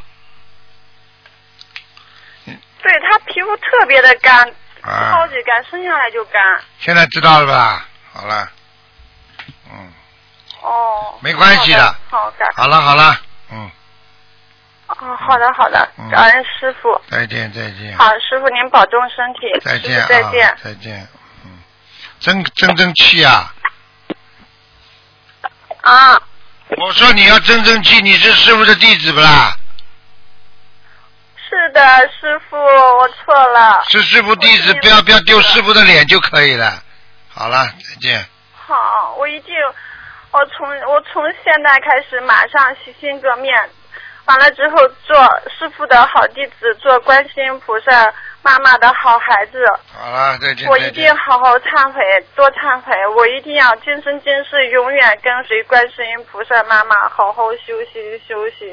对他皮肤特别的干，
啊
超。级干，生下来就干。
现在知道了吧？好了，嗯，
哦，
没关系的
好的，
好了好了，嗯，
哦，好的好的
嗯，
感恩师傅。
再见再见，
好，师傅您保重身体，
再见
师
啊
傅再见。
再见，嗯，争争争气啊！
啊，
我说你要争争气，你是师傅的弟子不啦？
是的，师傅，我错了。
是师傅弟子，不要不要丢师傅的脸就可以了。好了，再见。
好，我一定，我从我从现在开始马上洗心革面，完了之后做师傅的好弟子，做观世音菩萨妈妈的好孩子。
好了，再见。
我
再
一
见
定好好忏悔，多忏悔。我一定要今生今世永远跟随观世音菩萨妈妈，好好修行修行。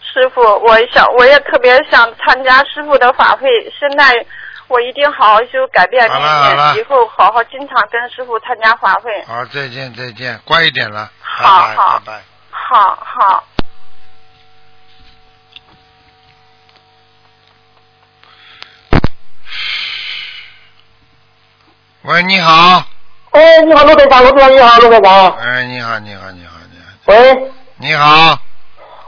师傅，我想我也特别想参加师傅的法会，现在我一定好好修，改变
好
命
了好了
运，以后好好经常跟师傅参加法会。
好，再见再见，乖一点了。
好
拜拜
好
拜拜。
好好，
喂，你好。
哎，你好，陆队长，陆队长，你好，陆队长。
哎，你好你好你好你好
喂，
你好，
啊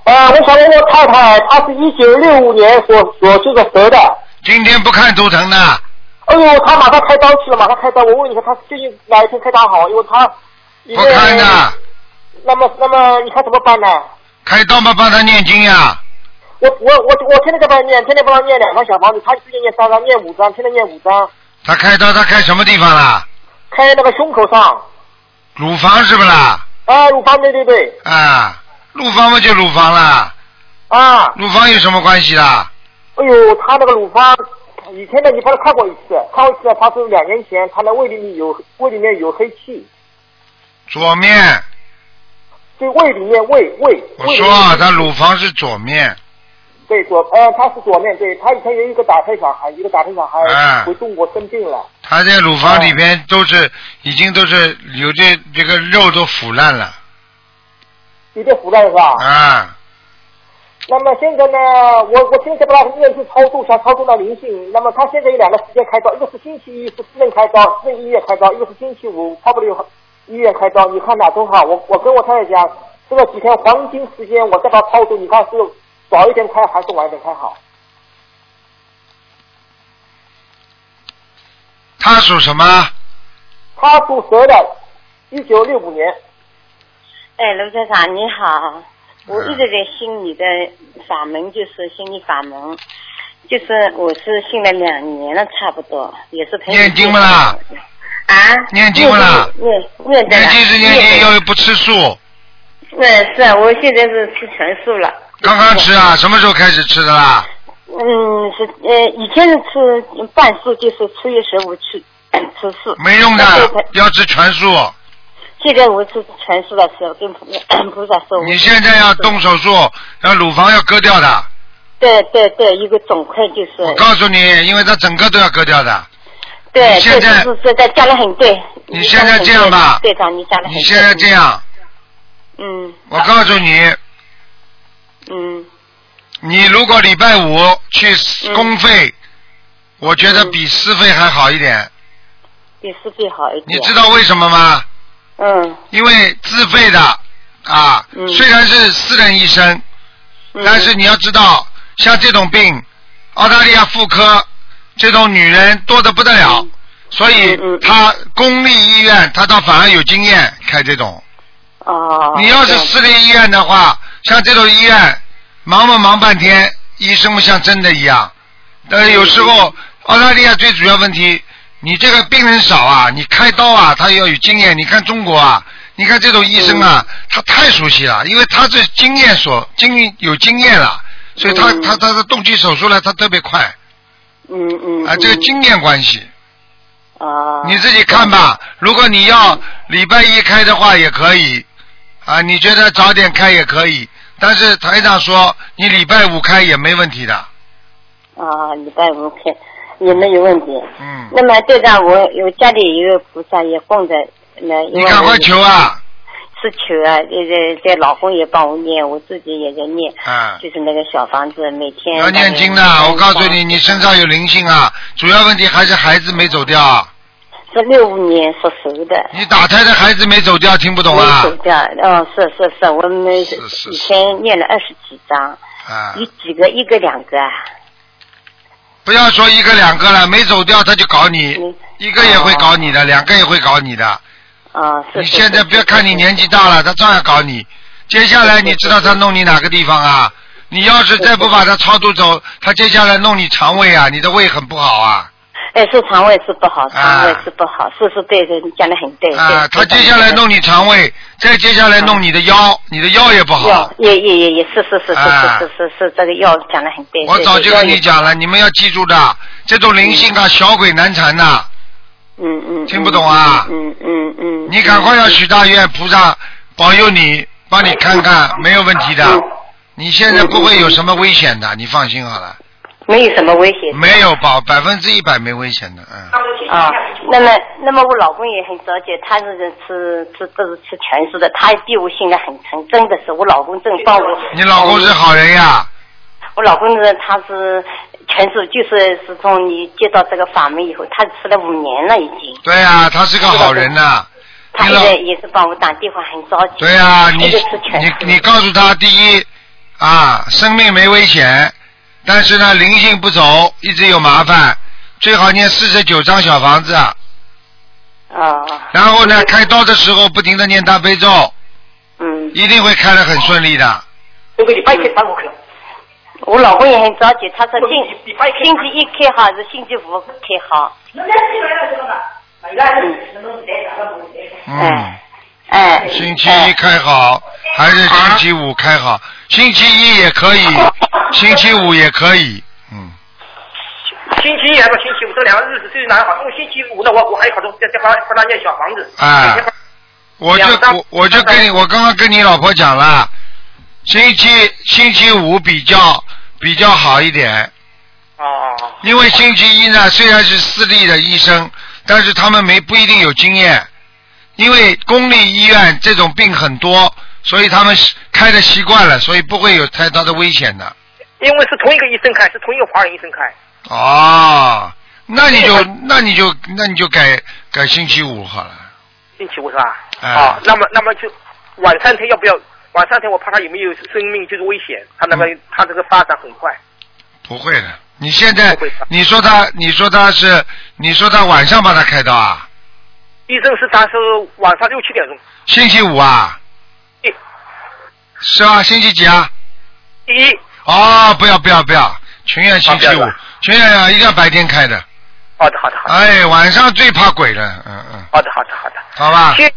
呃，我想问我太太，她是一九六五年所所属的蛇的。
今天不看图腾的。
哎呦，她马上开刀去了，马上开刀。我问一下，她究竟哪一天开刀好？因为她
不看的。
那么，那么你看怎么办呢？
开刀嘛，帮他念经呀。
我我我我天天在帮她念，天天帮她念两张小房子，她最近念三张，念五张，天天念五张，
他开刀，他开什么地方啦？
开那个胸口上，
乳房是不啦？
啊，乳房，对对对，
啊，乳房嘛就乳房啦，
啊，
乳房有什么关系啦？
哎呦，她那个乳房，以前呢，你帮她看过一次，看过一次，她是两年前，她的胃里面有胃里面有黑气。
左面，
就胃里面胃胃。
我
胃里
说啊，
面
他乳房是左面，
对左呃，他是左面对，他以前有一个打胎小孩，一个打胎小
哎
孩回中国生病了。
他在乳房里边都是已经都是有这这个肉都腐烂了
有点腐烂是吧？
啊。
那么现在呢，我我现在帮他念经超度，想超度到灵性。那么他现在有两个时间开刀，一个是星期一是私人开刀，私人医院开刀；一个是星期五 public 医院开刀。你看哪种好？我我跟我太太讲，这个几天黄金时间我再把他超度，你看是早一点开还是晚一点开好？
他属什么？
他属蛇的，一九六五年。
哎，卢台长你好，我
嗯
一直在信你的法门，就是心理法门，就是我是信了两年了，差不多，也是朋友
念经不啦？
啊？
念经不啦？
念念的
念
啦
经是念经，
的
又不吃素，
嗯，是啊，我现在是吃全素了。哦
刚刚吃啊，什么时候开始吃的啦？
嗯，是呃，以前是吃半数，就是初一十五吃吃素。
没用
那哦
的
现在，
要吃全素。
现在我是全素的时候，跟菩菩萨说。
你现在要动手术，要乳房要割掉的。
对对对，一个肿块就是。我
告诉你，因为它整个都要割掉的。
对，
你现在
这就是在家里很对。
你现在这样吧
哦对长，你家里很对。
你现在这样，
嗯
我告诉你，
嗯
你如果礼拜五去公费，我觉得比私费还好一点。
比私费好一点。
你知道为什么吗？
嗯。
因为自费的啊，虽然是私人医生，但是你要知道，像这种病，澳大利亚妇科这种女人多的不得了，所以他公立医院他倒反而有经验开这种。
哦。
啊
你要是私立医院的话，像这种医院忙忙忙半天，医生们像真的一样。但是有时候澳大利亚最主要问题，你这个病人少啊，你开刀啊，他要有经验。你看中国啊，你看这种医生啊，他太熟悉了，因为他是经验所经有经验了，所以他、他他的动起手术来，他特别快
嗯嗯。
啊，这个经验关系。
啊。
你自己看吧，如果你要礼拜一开的话也可以，啊，你觉得早点开也可以，但是台长说你礼拜五开也没问题的。
啊，礼拜五开也没有问题。
嗯。
那么队长，我有家里也有菩萨也供着，那
你赶快求啊！
是求啊，这个这老公也帮我念，我自己也在念，
啊，
就是那个小房子每天
要念经的，我告诉你，你身上有灵性啊，主要问题还是孩子没走掉啊，
是六五年属蛇的。
你打胎的孩子没走掉，听不懂啊
没？走掉，哦，是是是，我们以前念了二十几章，
啊，
有几个一个两个啊，
不要说一个两个了，没走掉他就搞
嗯
你，一个也会搞你的，两个也会搞你的。
啊，是
你现在不要看你年纪大了，他照样搞你。接下来你知道他弄你哪个地方啊？你要是再不把他超度走，他接下来弄你肠胃啊，你的胃很不好啊。
哎，是肠胃是不好，肠胃是不好，是是对的，你讲的很对。
啊，
对
他接下来弄你肠胃，再接下来弄你的腰，你的腰也不好
药。也也也也是是是是
啊
是是是是，这个药讲的很对。
我
对
早就跟你。
对药也
讲了，你们要记住的，这种灵性啊，小鬼难缠呐。
嗯嗯。
听不懂啊？
嗯嗯嗯。
你赶快要许大愿，菩萨保佑你，帮你看
嗯
看，没有问题的。你现在不会有什么危险的，你放心好了。
没有什么危险。
没有保百分之一百没危险的，嗯。
啊，那么那么我老公也很着急，他是吃吃都是吃全素的，他对我信的很诚，真的是我老公正帮我。
你老公是好人呀，
我老公呢，他是全素，就是自从你接到这个法门以后，他吃了五年了已经。
对呀、他是个好人呐、
他
你
现
老
在也是帮我打电话，很着急。
对呀、你
一直吃全素。
你你告诉他，第一啊，生命没危险，但是呢，灵性不走，一直有麻烦，最好念四十九张小房子，
啊， [laughs]
然后呢，开刀的时候不停的念大悲咒，
嗯，
一定会开得很顺利的。
这个礼拜天打我去。我老公也很着急，他说星星期一开好还是星期五开好？
嗯，
哎，啊
星期一开好还是星期五开好？星期一也可
[laughs]
以，星期五也可以。
星期一和星期五这两个日子最难搞，因为星期五呢，我我还好多在在帮帮他建小房子。
哎
每天
我就我我就跟你我刚刚跟你老婆讲了，星期星期五比较比较好一点，
哦，
因为星期一呢虽然是私立的医生，但是他们没不一定有经验，因为公立医院这种病很多，所以他们是开的习惯了，所以不会有太大的危险的。
因为是同一个医生开，是同一个华人医生开。
哦，那你就那你就那你就改改星期五好了，
星期五是吧？
哎、
啊，那么那么就晚三天要不要？晚三天我怕他有没有生命就是危险，他那个、
嗯
他这个发展很快。
不会的。你现在你说他，你说他是，你说他晚上把他开刀啊？
医生是他是晚上六七点钟，
星期五啊？
对。
是吧？星期几啊？
第一
哦，不要不要不要，全院星期
啊不
五
要了，
全院啊一定要白天开的。
好哦的好的好的。
哎，晚上最怕鬼了，嗯嗯，
好的好的好的。
好吧。
谢谢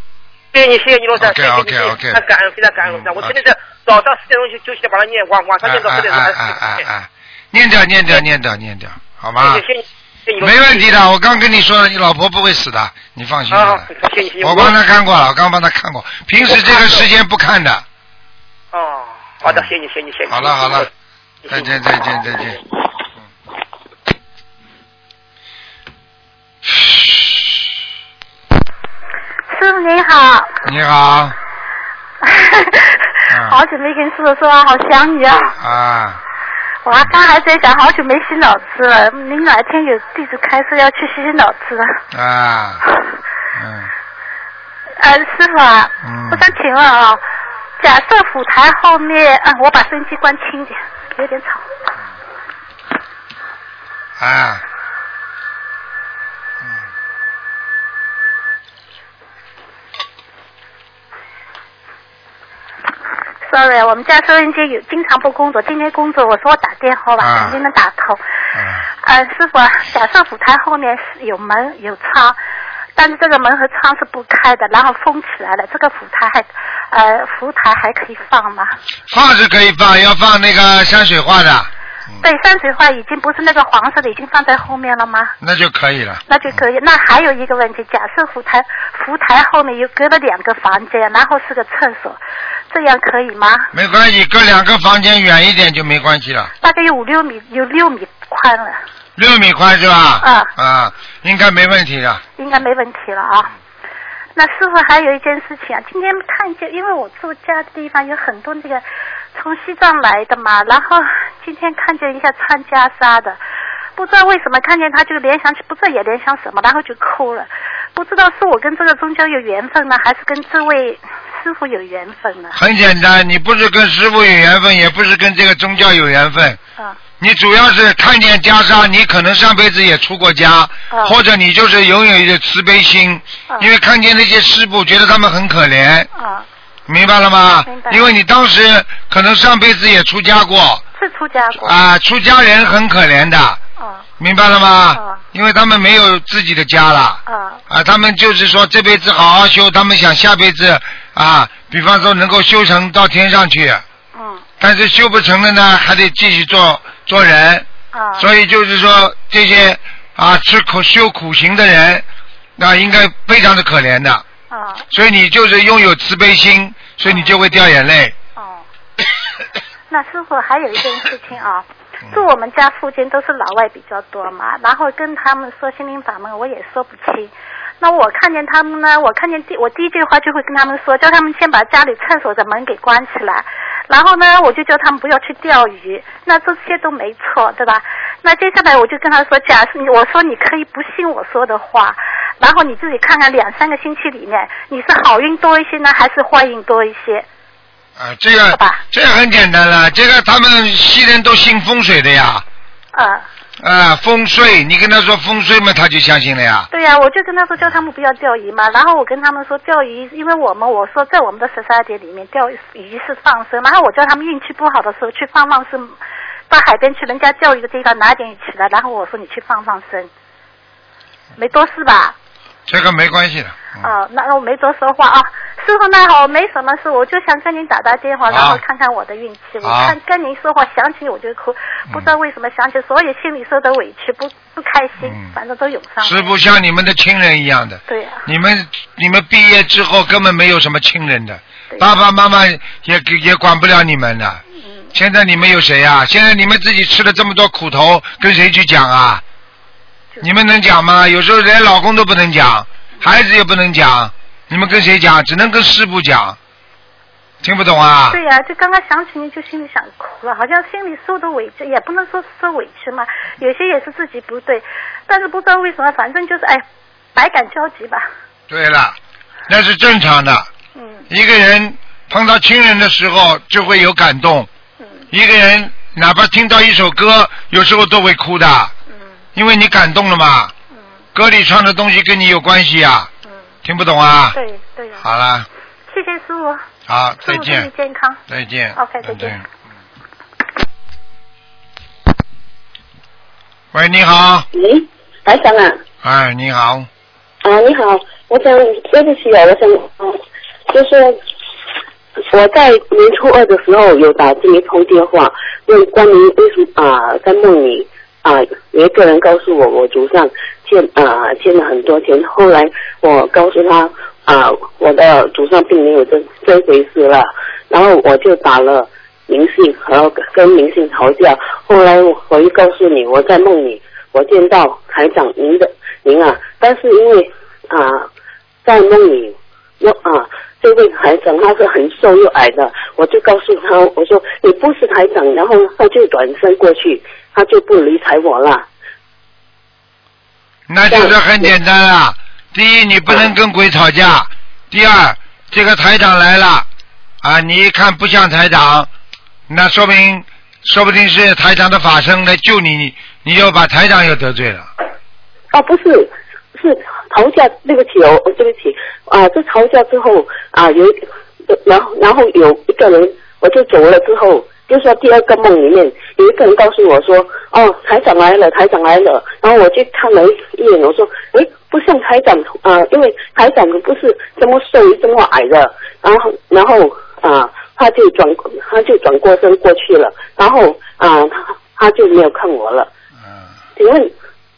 谢你，谢谢你罗站，谢
OK，
谢你，
啊 OK，
谢谢你非
嗯 OK
常
啊
感恩，非常感恩罗站。我天天在早上十点钟就就起来把它念完，晚上念到十点钟还是
哎哎哎哎哎，念掉，念掉，念掉，念掉，好吗？
谢谢谢谢你们
啊没问题的，我刚跟你说了，你老婆不会死的，你放心好
啊
了。，
谢谢。
我帮她看过了，我刚帮她看过，平时这个时间不看的。
哦，好的，谢谢，谢谢，谢谢。
好了好了，再见再见再见。嗯
师傅您嗯好，
你好，嗯
好久没跟师傅说话，好想你啊！
啊，
我刚还在想，好久没洗脑吃了。您哪天有地址开车要去洗洗脑吃了？
啊，
呃，师傅啊，
嗯
我想请问啊，假设舞台后面，啊，我把收音机关轻点，有点吵。
啊，
Sorry，我们家收音机有经常不工作，今天工作，我说我打电话吧，
啊
肯定能打通。呃，师傅啊，假设舞台后面是有门有窗，但是这个门和窗是不开的，然后封起来了，这个舞台还呃浮台还可以放吗？
放是可以放，要放那个山水画的，
对，山水画已经不是那个黄色的，已经放在后面了吗？
那就可以了。
那就可以。那还有一个问题，假设舞台浮台后面又隔了两个房间，然后是个厕所，这样可以吗？
没关系，隔两个房间远一点就没关系了，
大概有五六米，有六米宽了，
六米宽是吧？
啊
啊，应该没问题的。
应该没问题了啊。那师傅还有一件事情啊，今天看见，因为我住家的地方有很多那个从西藏来的嘛，然后今天看见一下穿袈裟的，不知道为什么看见他就联想起，不知道也联想什么，然后就哭了，不知道是我跟这个宗教有缘分呢，还是跟这位师傅有缘分呢？
很简单，你不是跟师傅有缘分，也不是跟这个宗教有缘分。
啊
你主要是看见袈裟，你可能上辈子也出过
啊
家，或者你就是拥有一个慈悲心，因为看见那些师傅，觉得他们很可怜。
啊
明白了吗？因为你当时可能上辈子也出家过。
是出家过。啊
啊，出家人很可怜的。明白了吗？因为他们没有自己的家了。啊，他们就是说这辈子好好修，他们想下辈子啊，比方说能够修成到天上去。嗯。但是修不成了呢，还得继续做做人。啊。所以就是说，这些啊吃苦修苦行的人，那应该非常的可怜的。啊。所以你就是拥有慈悲心，所以你就会掉眼泪。
那师傅还有一件事情啊，住我们家附近都是老外比较多嘛，然后跟他们说心灵法门，我也说不清。那我看见他们呢，我看见第我第一句话就会跟他们说，叫他们先把家里厕所的门给关起来，然后呢，我就叫他们不要去钓鱼。那这些都没错，对吧？那接下来我就跟他说，假设你我说你可以不信我说的话，然后你自己看看两三个星期里面，你是好运多一些呢，还是坏运多一些？
啊，这个这个很简单了，这个他们西人都信风水的呀。
啊。
啊，风水，你跟他说风水嘛，他就相信了呀。
对呀、我就跟他说叫他们不要钓鱼嘛，然后我跟他们说钓鱼，因为我们我说在我们的十三节里面钓鱼是放生，然后我叫他们运气不好的时候去放放生，到海边去人家钓鱼的地方拿点鱼起来，然后我说你去放放生，没多事吧？
这个没关系的。
哦、那我没多说话啊，师傅那好，没什么事，我就想跟您打打电话，
好
然后看看我的运气。我
好嗯
看跟您说话，想起我就哭，不知道为什么想起，所有心里受的委屈、不不开心，反正都涌上来。
嗯师傅像你们的亲人一样的，
对呀、
你们你们毕业之后根本没有什么亲人的，爸爸妈妈也给也管不了你们的。
嗯
现在你们有谁呀、现在你们自己吃了这么多苦头，跟谁去讲啊？你们能讲吗？有时候连老公都不能讲，孩子也不能讲，你们跟谁讲？只能跟师傅讲。听不懂啊？
对呀、就刚刚想起你就心里想哭啊了，好像心里受的委屈，也不能说受委屈嘛，有些也是自己不对，但是不知道为什么，反正就是哎，百感交集吧。
对了，那是正常的。一个人碰到亲人的时候就会有感动。一个人哪怕听到一首歌，有时候都会哭的。因为你感动了嘛。歌里唱的东西跟你有关系啊。听不懂啊？
对对呀、
好啦，
谢谢师傅，
好，
祝
再
你身体
见，
健康。
再见。
OK，再见。
喂，你好，
喂，台长啊，
哎，你好，
啊你好，我想对不起啊，我想，啊就是
嗯我在年初二的时候有打进一通电话，问关于为什么啊、在梦里啊、有一个人告诉我我祖上欠啊、欠了很多钱，后来我告诉他啊、我的祖上并没有这这回事了，然后我就打了明信，然后跟明信吵架，后来我我又告诉你我在梦里我见到台长您的您啊，但是因为啊、在梦里那啊。这位台长他是很瘦又矮的，我就告诉他，我说你不是台长，然后他就转身过去，他就不理睬我了。
那就是很简单了。第一，你不能跟鬼吵架；第二，这个台长来了啊，你一看不像台长，那说明说不定是台长的法身来救你，你又把台长又得罪了。
啊，不是，是吵架，对不起哦，哦对不起啊，这吵架之后啊，有一然后然后有一个人我就走了之后，就说第二个梦里面有一个人告诉我说，哦，台长来了，台长来了，然后我去看了一眼，我说，诶，不像台长啊、因为台长不是这么瘦这么矮的，然后然后啊、他就转他就转过身过去了，然后啊、他他就没有看我了，请问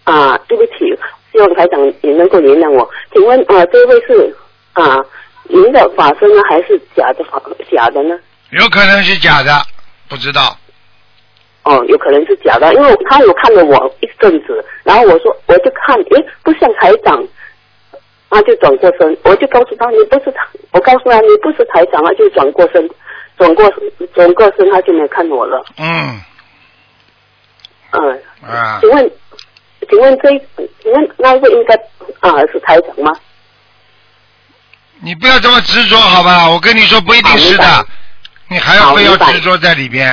啊，对不起，希望台长也能够原谅我。请问啊，这位是啊您的法身呢，还是假的法假的呢？
有可能是假的，不知道。
哦，有可能是假的，因为他有看了我一阵子，然后我说我就看，诶，不像台长，他就转过身，我就告诉他你不是台，我告诉他你不是台长，他啊就转过身，转过转过身，他就没看我了。
嗯
嗯、
啊，
请问，请问这请问那位应该啊是台长吗？
你不要这么执着，好吧？我跟你说不一定是的，你还要
好
非要
明白
执着在里边。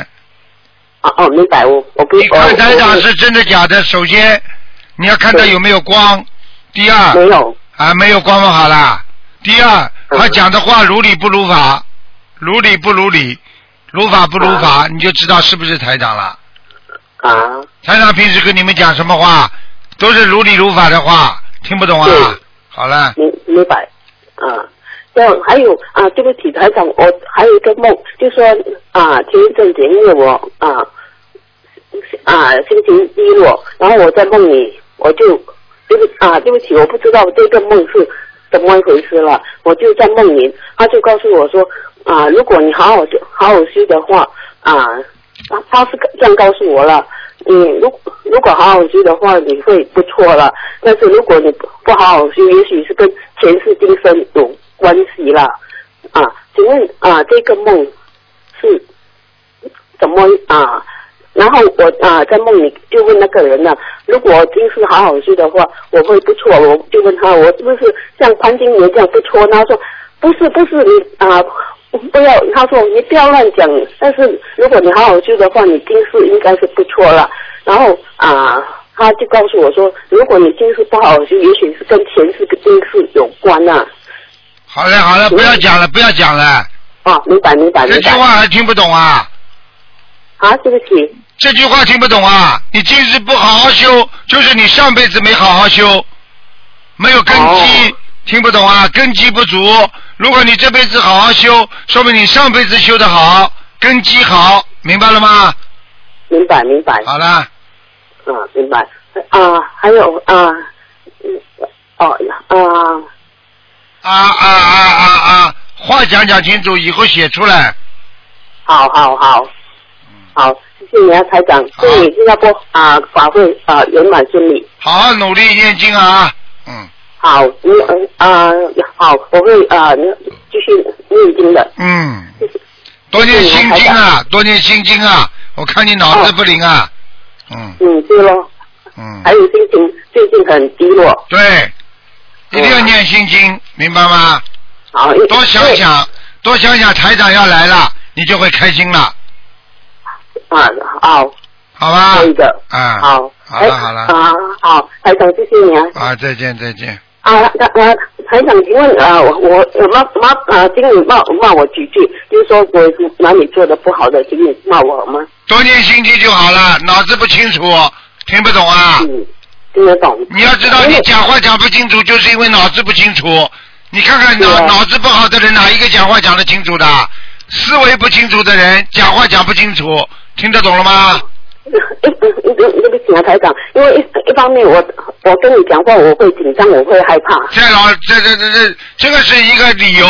啊哦，明白我我不
你看台
我
长
我
是真的假的，首先你要看他有没有光，第二
没有嗯
啊没有光嘛好啦。第二，他讲的话如理不如法，如理不如理，如法不如法，你就知道是不是台长了。
嗯啊。
台长平时跟你们讲什么话，都是如理如法的话，听不懂啊？好了，
明明白啊。这样还有啊，对不起，台长，我还有一个梦，就说啊，前一阵子因为我啊啊心情低落，然后我在梦里我就对不啊对不起，我不知道这个梦是怎么一回事了，我就在梦里，他就告诉我说啊，如果你好好修好好修的话啊，他他是这样告诉我了。你如如果好好修的话，你会不错了。但是如果你不不好好修，也许是跟前世今生有关系啦。啊，请问啊，这个梦是怎么啊？然后我啊在梦里就问那个人呢、如果今世好好修的话，我会不错。我就问他，我是不是像潘金莲这样不错？他说不是，不是你啊。不要，他说你不要乱讲，但是如果你好好修的话，你今世应该是不错了。然后啊，他就告诉我说，如果你今世不好好修，也许是跟前世跟今世有关呐、
好了，好了，不要讲了，不要讲了。
啊。明白，明白，明
这
白。
句话还听不懂啊？
啊，对不起。
这句话听不懂啊？你今世不好好修，就是你上辈子没好好修，没有根
哦
基，听不懂啊？根基不足。如果你这辈子好好修，说明你上辈子修的好，根基好，明白了吗？
明白，明白。
好了，
啊，明白。啊，还有啊，嗯哦啊，
啊啊啊啊啊！话讲讲清楚，以后写出来。
好好好，好，谢谢你啊，台长，祝你新加坡啊法会啊圆满顺利。
好好努力念经啊！
好，你嗯啊、好，我会啊、继续念经的。
嗯，多念心经啊，多念心经啊！我看你脑子不灵啊！
嗯，对咯。
嗯。
还有心情最近很低落。嗯
对，一定要念心经，明白吗？
好，
多想想，多想想台长要来了，你就会开心了。
啊，好。
好吧。
可以的。
啊。
好。
好了好了。
啊，好，台长，谢谢你啊。
啊，再见再见。
啊，那啊，台长，请问啊，我我我骂骂啊，请你骂骂我几句，就是说我是哪里做的不好的，请你骂我吗？ [laughs]
多念心经就好了，脑子不清楚，听不懂啊。
嗯听得懂。
你要知道，你讲话讲不清楚，
啊
就是因为脑子不清楚。你看看脑、脑子不好的人，哪一个讲话讲得清楚的？思维不清楚的人讲话讲不清楚，听得懂了
嗯
吗？
对对不起啊，台长，因为一一方面我我跟你讲话我会紧张，我会害怕。
这老这这这这这个是一个理由，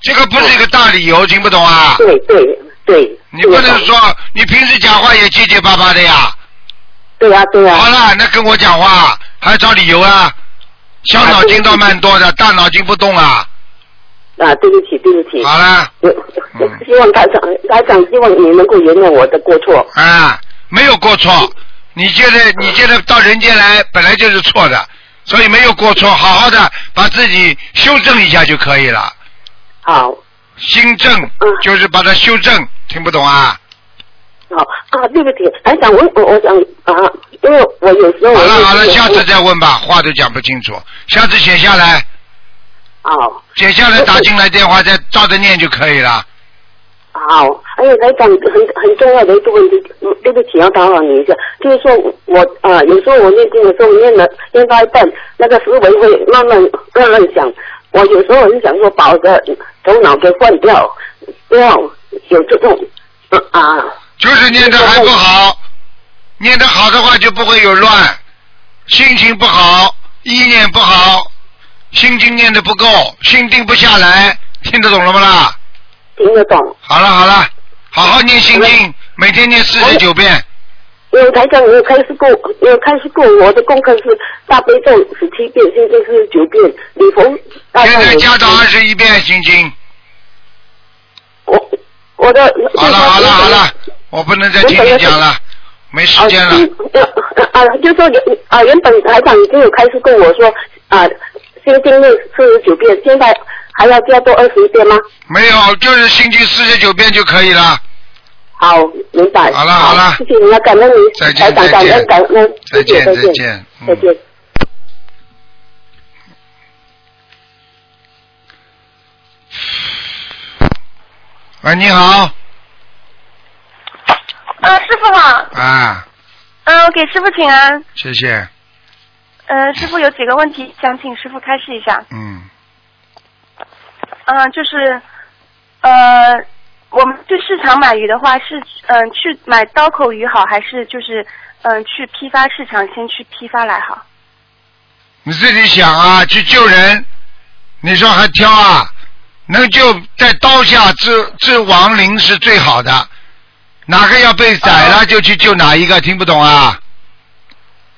这个不是一个大理由，听不懂啊？
对对对。
你不能说你平时讲话也结结巴巴的呀。
对呀、对呀、啊
好了，那跟我讲话还找理由啊？小脑筋倒蛮多的，大脑筋不动啊。
啊，对不起，对不起。
好了，嗯
希望台长台长，希望你能够原谅我的过错。
啊，没有过错。你觉得你觉得到人间来本来就是错的，所以没有过错，好好的把自己修正一下就可以了。
好。嗯
心正就是把它修正，听不懂啊？
好啊，对不起，台长，我我我想啊，因为我有时候我
好了
会
好了，
觉得
下次再问吧，话都讲不清楚，下次写下来，
好
写下来打进来电话再照着念就可以了。
好，哎还有台长很很重要的一个问题，嗯对不起，要打扰你一下，就是说我啊、有时候我念经的时候念了念到一半，那个思维会慢慢慢慢想，我有时候很想说把我的头脑给换掉，不要有这种嗯啊。
就是念的还不好，念的好的话就不会有乱，心情不好，意念不好，心经念的不够，心定不下来，听得懂了不啦？
听得懂。
好了好了，好好念心经，每天念四十九遍。
因为台长有开始过，有开始过我的功课是大悲咒十七遍，心经是九遍，礼佛大概
现在
有
加到二十一遍心经。
我的
好了好了好了，我不能再听你讲了，没时间了。
啊，就说原啊，原本台长已经有开始跟我说啊，心经念四十九遍，现在还要加多二十一遍吗？
没有，就是心经四十九遍就可以了。
好，明白。
好了好了，
谢谢你啊，感恩你，
再
台
见
长
再
感
见
恩感恩，
再见
谢谢
再
再
见
见
嗯
再见。
喂，你好，
呃，师傅好，
啊，
嗯、
呃
我给师傅请安。
谢谢，
呃，师傅有几个问题想请师傅开示一下。
嗯。
嗯、就是，呃，我们去市场买鱼的话，是嗯、呃去买刀口鱼好，还是就是嗯、呃去批发市场先去批发来好？
你自己想啊，去救人，你说还挑啊？能救在刀下之之亡灵是最好的，哪个要被宰了就去救哪一个，听不懂啊？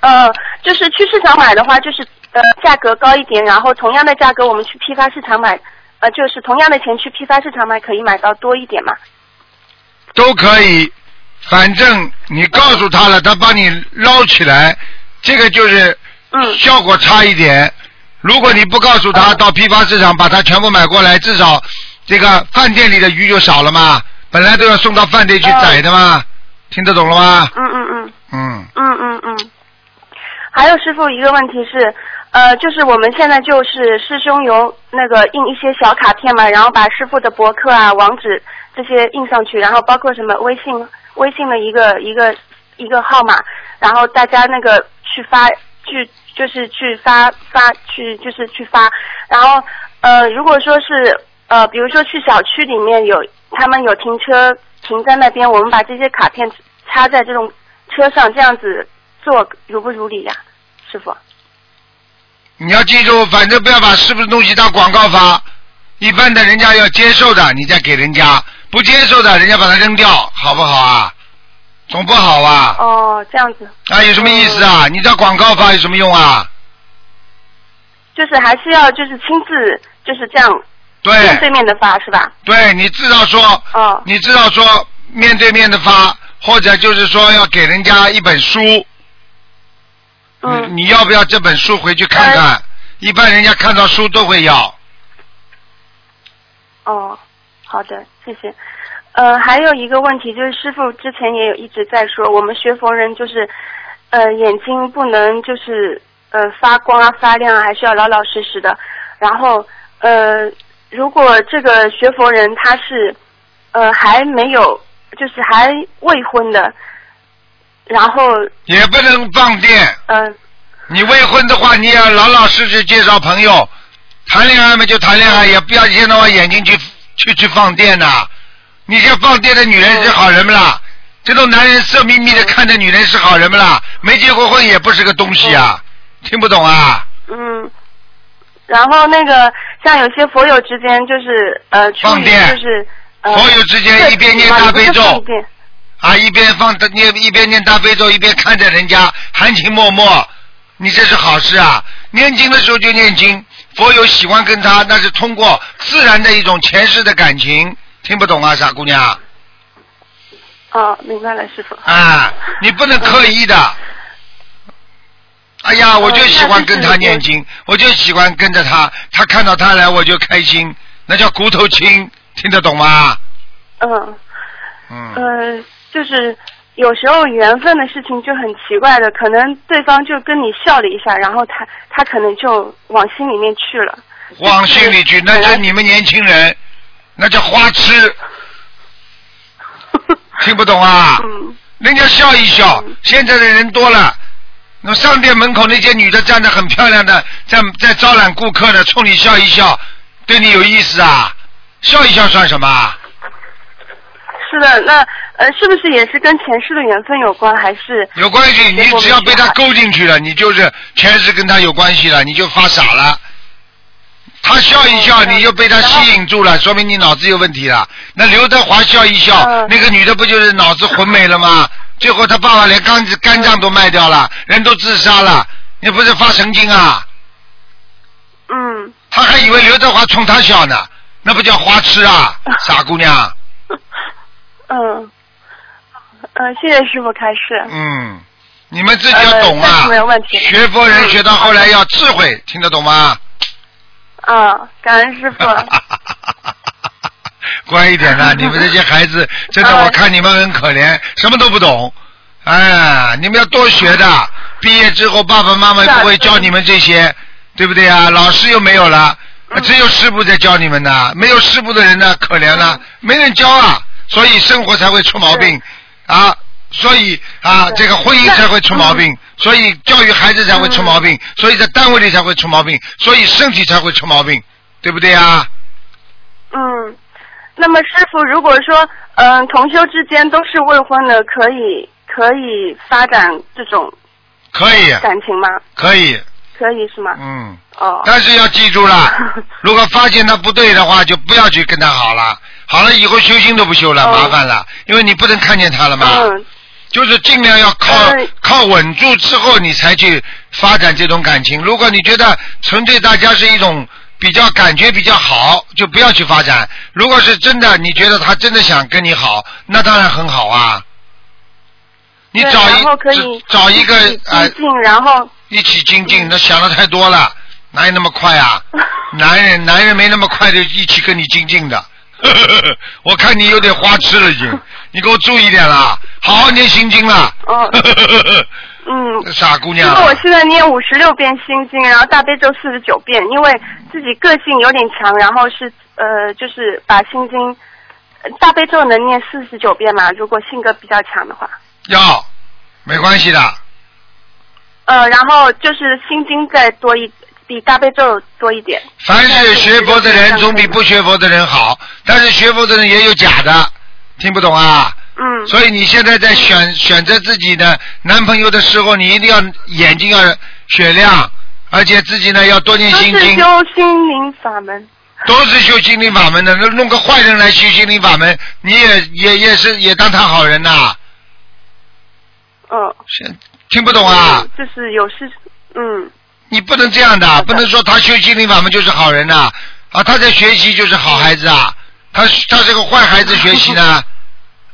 嗯，就是去市场买的话，就是呃价格高一点，然后同样的价格我们去批发市场买，呃就是同样的钱去批发市场买，可以买到多一点嘛？
都可以，反正你告诉他了，他帮你捞起来，这个就是效果差一点。如果你不告诉他，到批发市场把它全部买过来，至少这个饭店里的鱼就少了嘛，本来都要送到饭店去宰的嘛，听得懂了吗？
嗯嗯嗯。
嗯，
嗯嗯嗯。还有师傅一个问题是，呃，就是我们现在就是师兄有那个印一些小卡片嘛，然后把师傅的博客啊、网址这些印上去，然后包括什么微信、微信的一个一个一个号码，然后大家那个去发去就是去发发去就是去发，然后呃，如果说是呃，比如说去小区里面有他们有停车停在那边，我们把这些卡片插在这种车上这样子做如不如理呀、师傅？
你要记住，反正不要把师傅的东西当广告发，一般的人家要接受的，你再给人家；不接受的，人家把它扔掉，好不好啊？总不好啊。
哦，这样子
啊，有什么意思啊？你这广告发有什么用啊？
就是还是要就是亲自就是这样
对
面对面的发是吧？
对你至少说，你至少说面对面的发，或者就是说要给人家一本书。嗯。你要不要这本书回去看看？一般人家看到书都会要。
哦，好的，谢谢。呃，还有一个问题就是，师傅之前也有一直在说，我们学佛人就是，呃，眼睛不能就是呃发光啊发亮啊，还是要老老实实的。然后呃，如果这个学佛人他是呃还没有就是还未婚的，然后
也不能放电。
嗯。
你未婚的话，你要老老实实介绍朋友。谈恋爱嘛就谈恋爱，也不要一天到晚眼睛去去去放电呐、你这放电的女人是好人不啦？这种男人色眯眯的看着女人是好人不啦？没结过婚也不是个东西啊！听不懂啊？
嗯，然后那个像有些佛友之间就是呃，出于就是呃，
佛友之间一边念大悲咒
不是放电
啊，一边放念一边念大悲咒，一边看着人家含情脉脉，你这是好事啊！念经的时候就念经，佛友喜欢跟他，那是通过自然的一种前世的感情，听不懂啊，傻姑娘
哦，明白了，师傅。
啊，你不能刻意的。哎
哦
呀，我就喜欢跟他念经，我就喜欢跟着他，他看到他来我就开心，那叫骨头亲，听得懂吗？
嗯
嗯
呃，就是有时候缘分的事情就很奇怪的，可能对方就跟你笑了一下，然后他他可能就往心里面去了。
往心里去，那是你们年轻人，那叫花痴，听不懂啊？人家笑一笑，现在的人多了，那商店门口那些女的站得很漂亮的，在在招揽顾客的，冲你笑一笑，对你有意思啊？笑一笑算什么啊？
是的，那呃，是不是也是跟前世的缘分有关，还是
有关系，你
结果
只要
没
被他勾进去了，你就是全是跟他有关系了，你就发傻了。他笑一笑，你就被他吸引住了，说明你脑子有问题了。那刘德华笑一笑，那个女的不就是脑子混没了吗？最后他爸爸连肝肝脏都卖掉了，人都自杀了，你不是发神经啊？
嗯，
他还以为刘德华冲他笑呢，那不叫花痴啊，傻姑娘。
嗯呃，谢谢师傅开示。
嗯，你们自己要懂
呃但
啊
是没有问，题嗯
学佛人学到后来要智慧，听得懂吗？
啊，感恩
[laughs]
师傅。
乖一点啦、你们这些孩子，真的，我看你们很可怜，什么都不懂。哎，你们要多学的，毕业之后爸爸妈妈又不会教你们这些，对不对啊？老师又没有了，只有师傅在教你们呢。没有师傅的人呢，可怜了，没人教啊，所以生活才会出毛病啊，所以啊，这个婚姻才会出毛病，所以教育孩子才会出毛病，所以在单位里才会出毛病，所以身体才会出毛病，对不对啊？
嗯，那么师傅，如果说嗯、呃同修之间都是未婚的，可以可以发展这种
可以，
感情吗？
可以，
可以是吗？
嗯。
哦。
但是要记住了，如果发现他不对的话，就不要去跟他好了。好了以后修心都不修了，麻烦了，因为你不能看见他了嘛。就是尽量要靠、靠稳住之后，你才去发展这种感情。如果你觉得纯对大家是一种比较感觉比较好，就不要去发展。如果是真的，你觉得他真的想跟你好，那当然很好啊。你
对
找
然后可
一
以
找一个
一起
呃
精进，然后嗯
一起精进，那想的太多了，哪有那么快
[laughs]
啊？男人，男人没那么快就一起跟你精进的。 [laughs] 我看你有点花痴了，已经，你给我注意点啦，好好念心经啦。 [laughs]
嗯，
傻姑
哦因
娘
为，我现在念五十六遍心经，然后大悲咒四十九遍，因为自己个性有点强，然后是呃，就是把心经呃大悲咒能念四十九遍嘛，如果性格比较强的话，
要没关系的，
呃，然后就是心经再多一，比大悲咒多一点。
凡是学佛的人总比不学佛的人好，但是学佛的人也有假的，听不懂啊？
嗯。
所以你现在在选选择自己的男朋友的时候，你一定要眼睛要雪亮，而且自己呢要多念
都
心
是
经。
修心灵法门。
都是修心灵法门的，那弄个坏人来修心灵法门，你也也也是也当他好人呐、
嗯、
是听不懂啊？
就是有事，嗯，
你不能这样的，不能说他修心灵法门就是好人呐、啊，他在学习就是好孩子啊，他他是个坏孩子学习
[laughs]
呢，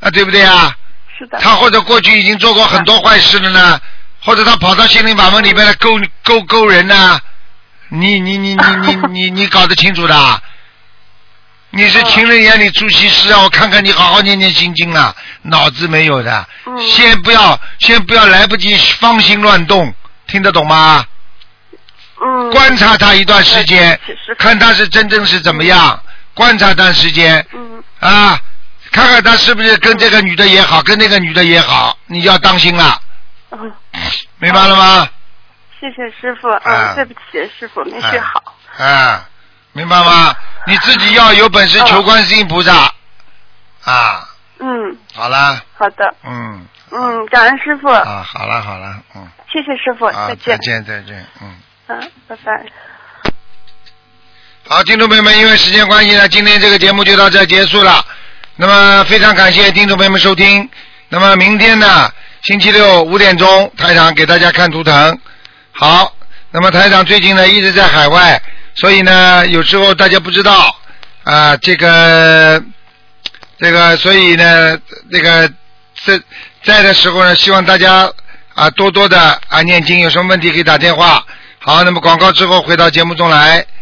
啊，对不对啊？
是的。
他或者过去已经做过很多坏事了呢，或者他跑到心灵法门里边来勾勾勾人呐、你你你你
[laughs]
你你你搞得清楚的啊？你
嗯
是情人眼里出西施啊！我看看你，好好念念心经啊，脑子没有的，
嗯
先不要，先不要来不及芳心乱动，听得懂吗？
嗯。
观察他一段时间
是是，嗯
看他是真正是怎么样，观察段时间，啊，看看他是不是跟这个女的也好，跟那个女的也好，你要当心了，
嗯，
明白了吗？
谢谢师傅，
啊
嗯，对不起，师傅没睡好。嗯
啊，明白吗？你自己要有本事求观世音菩萨，啊，
嗯，
好啦，
好的，
嗯，
嗯，感恩师傅，
啊，好啦好啦，嗯，
谢谢师傅，
啊，
再
再
见，
见再见，嗯。
嗯、拜拜。
好，听众朋友们，因为时间关系呢，今天这个节目就到这儿结束了。那么非常感谢听众朋友们收听。那么明天呢，星期六五点钟，台长给大家看图腾。好，那么台长最近呢一直在海外，所以呢有时候大家不知道啊、这个这个，所以呢这个在在的时候呢，希望大家啊多多的啊念经，有什么问题可以打电话。好，那么广告之后回到节目中来。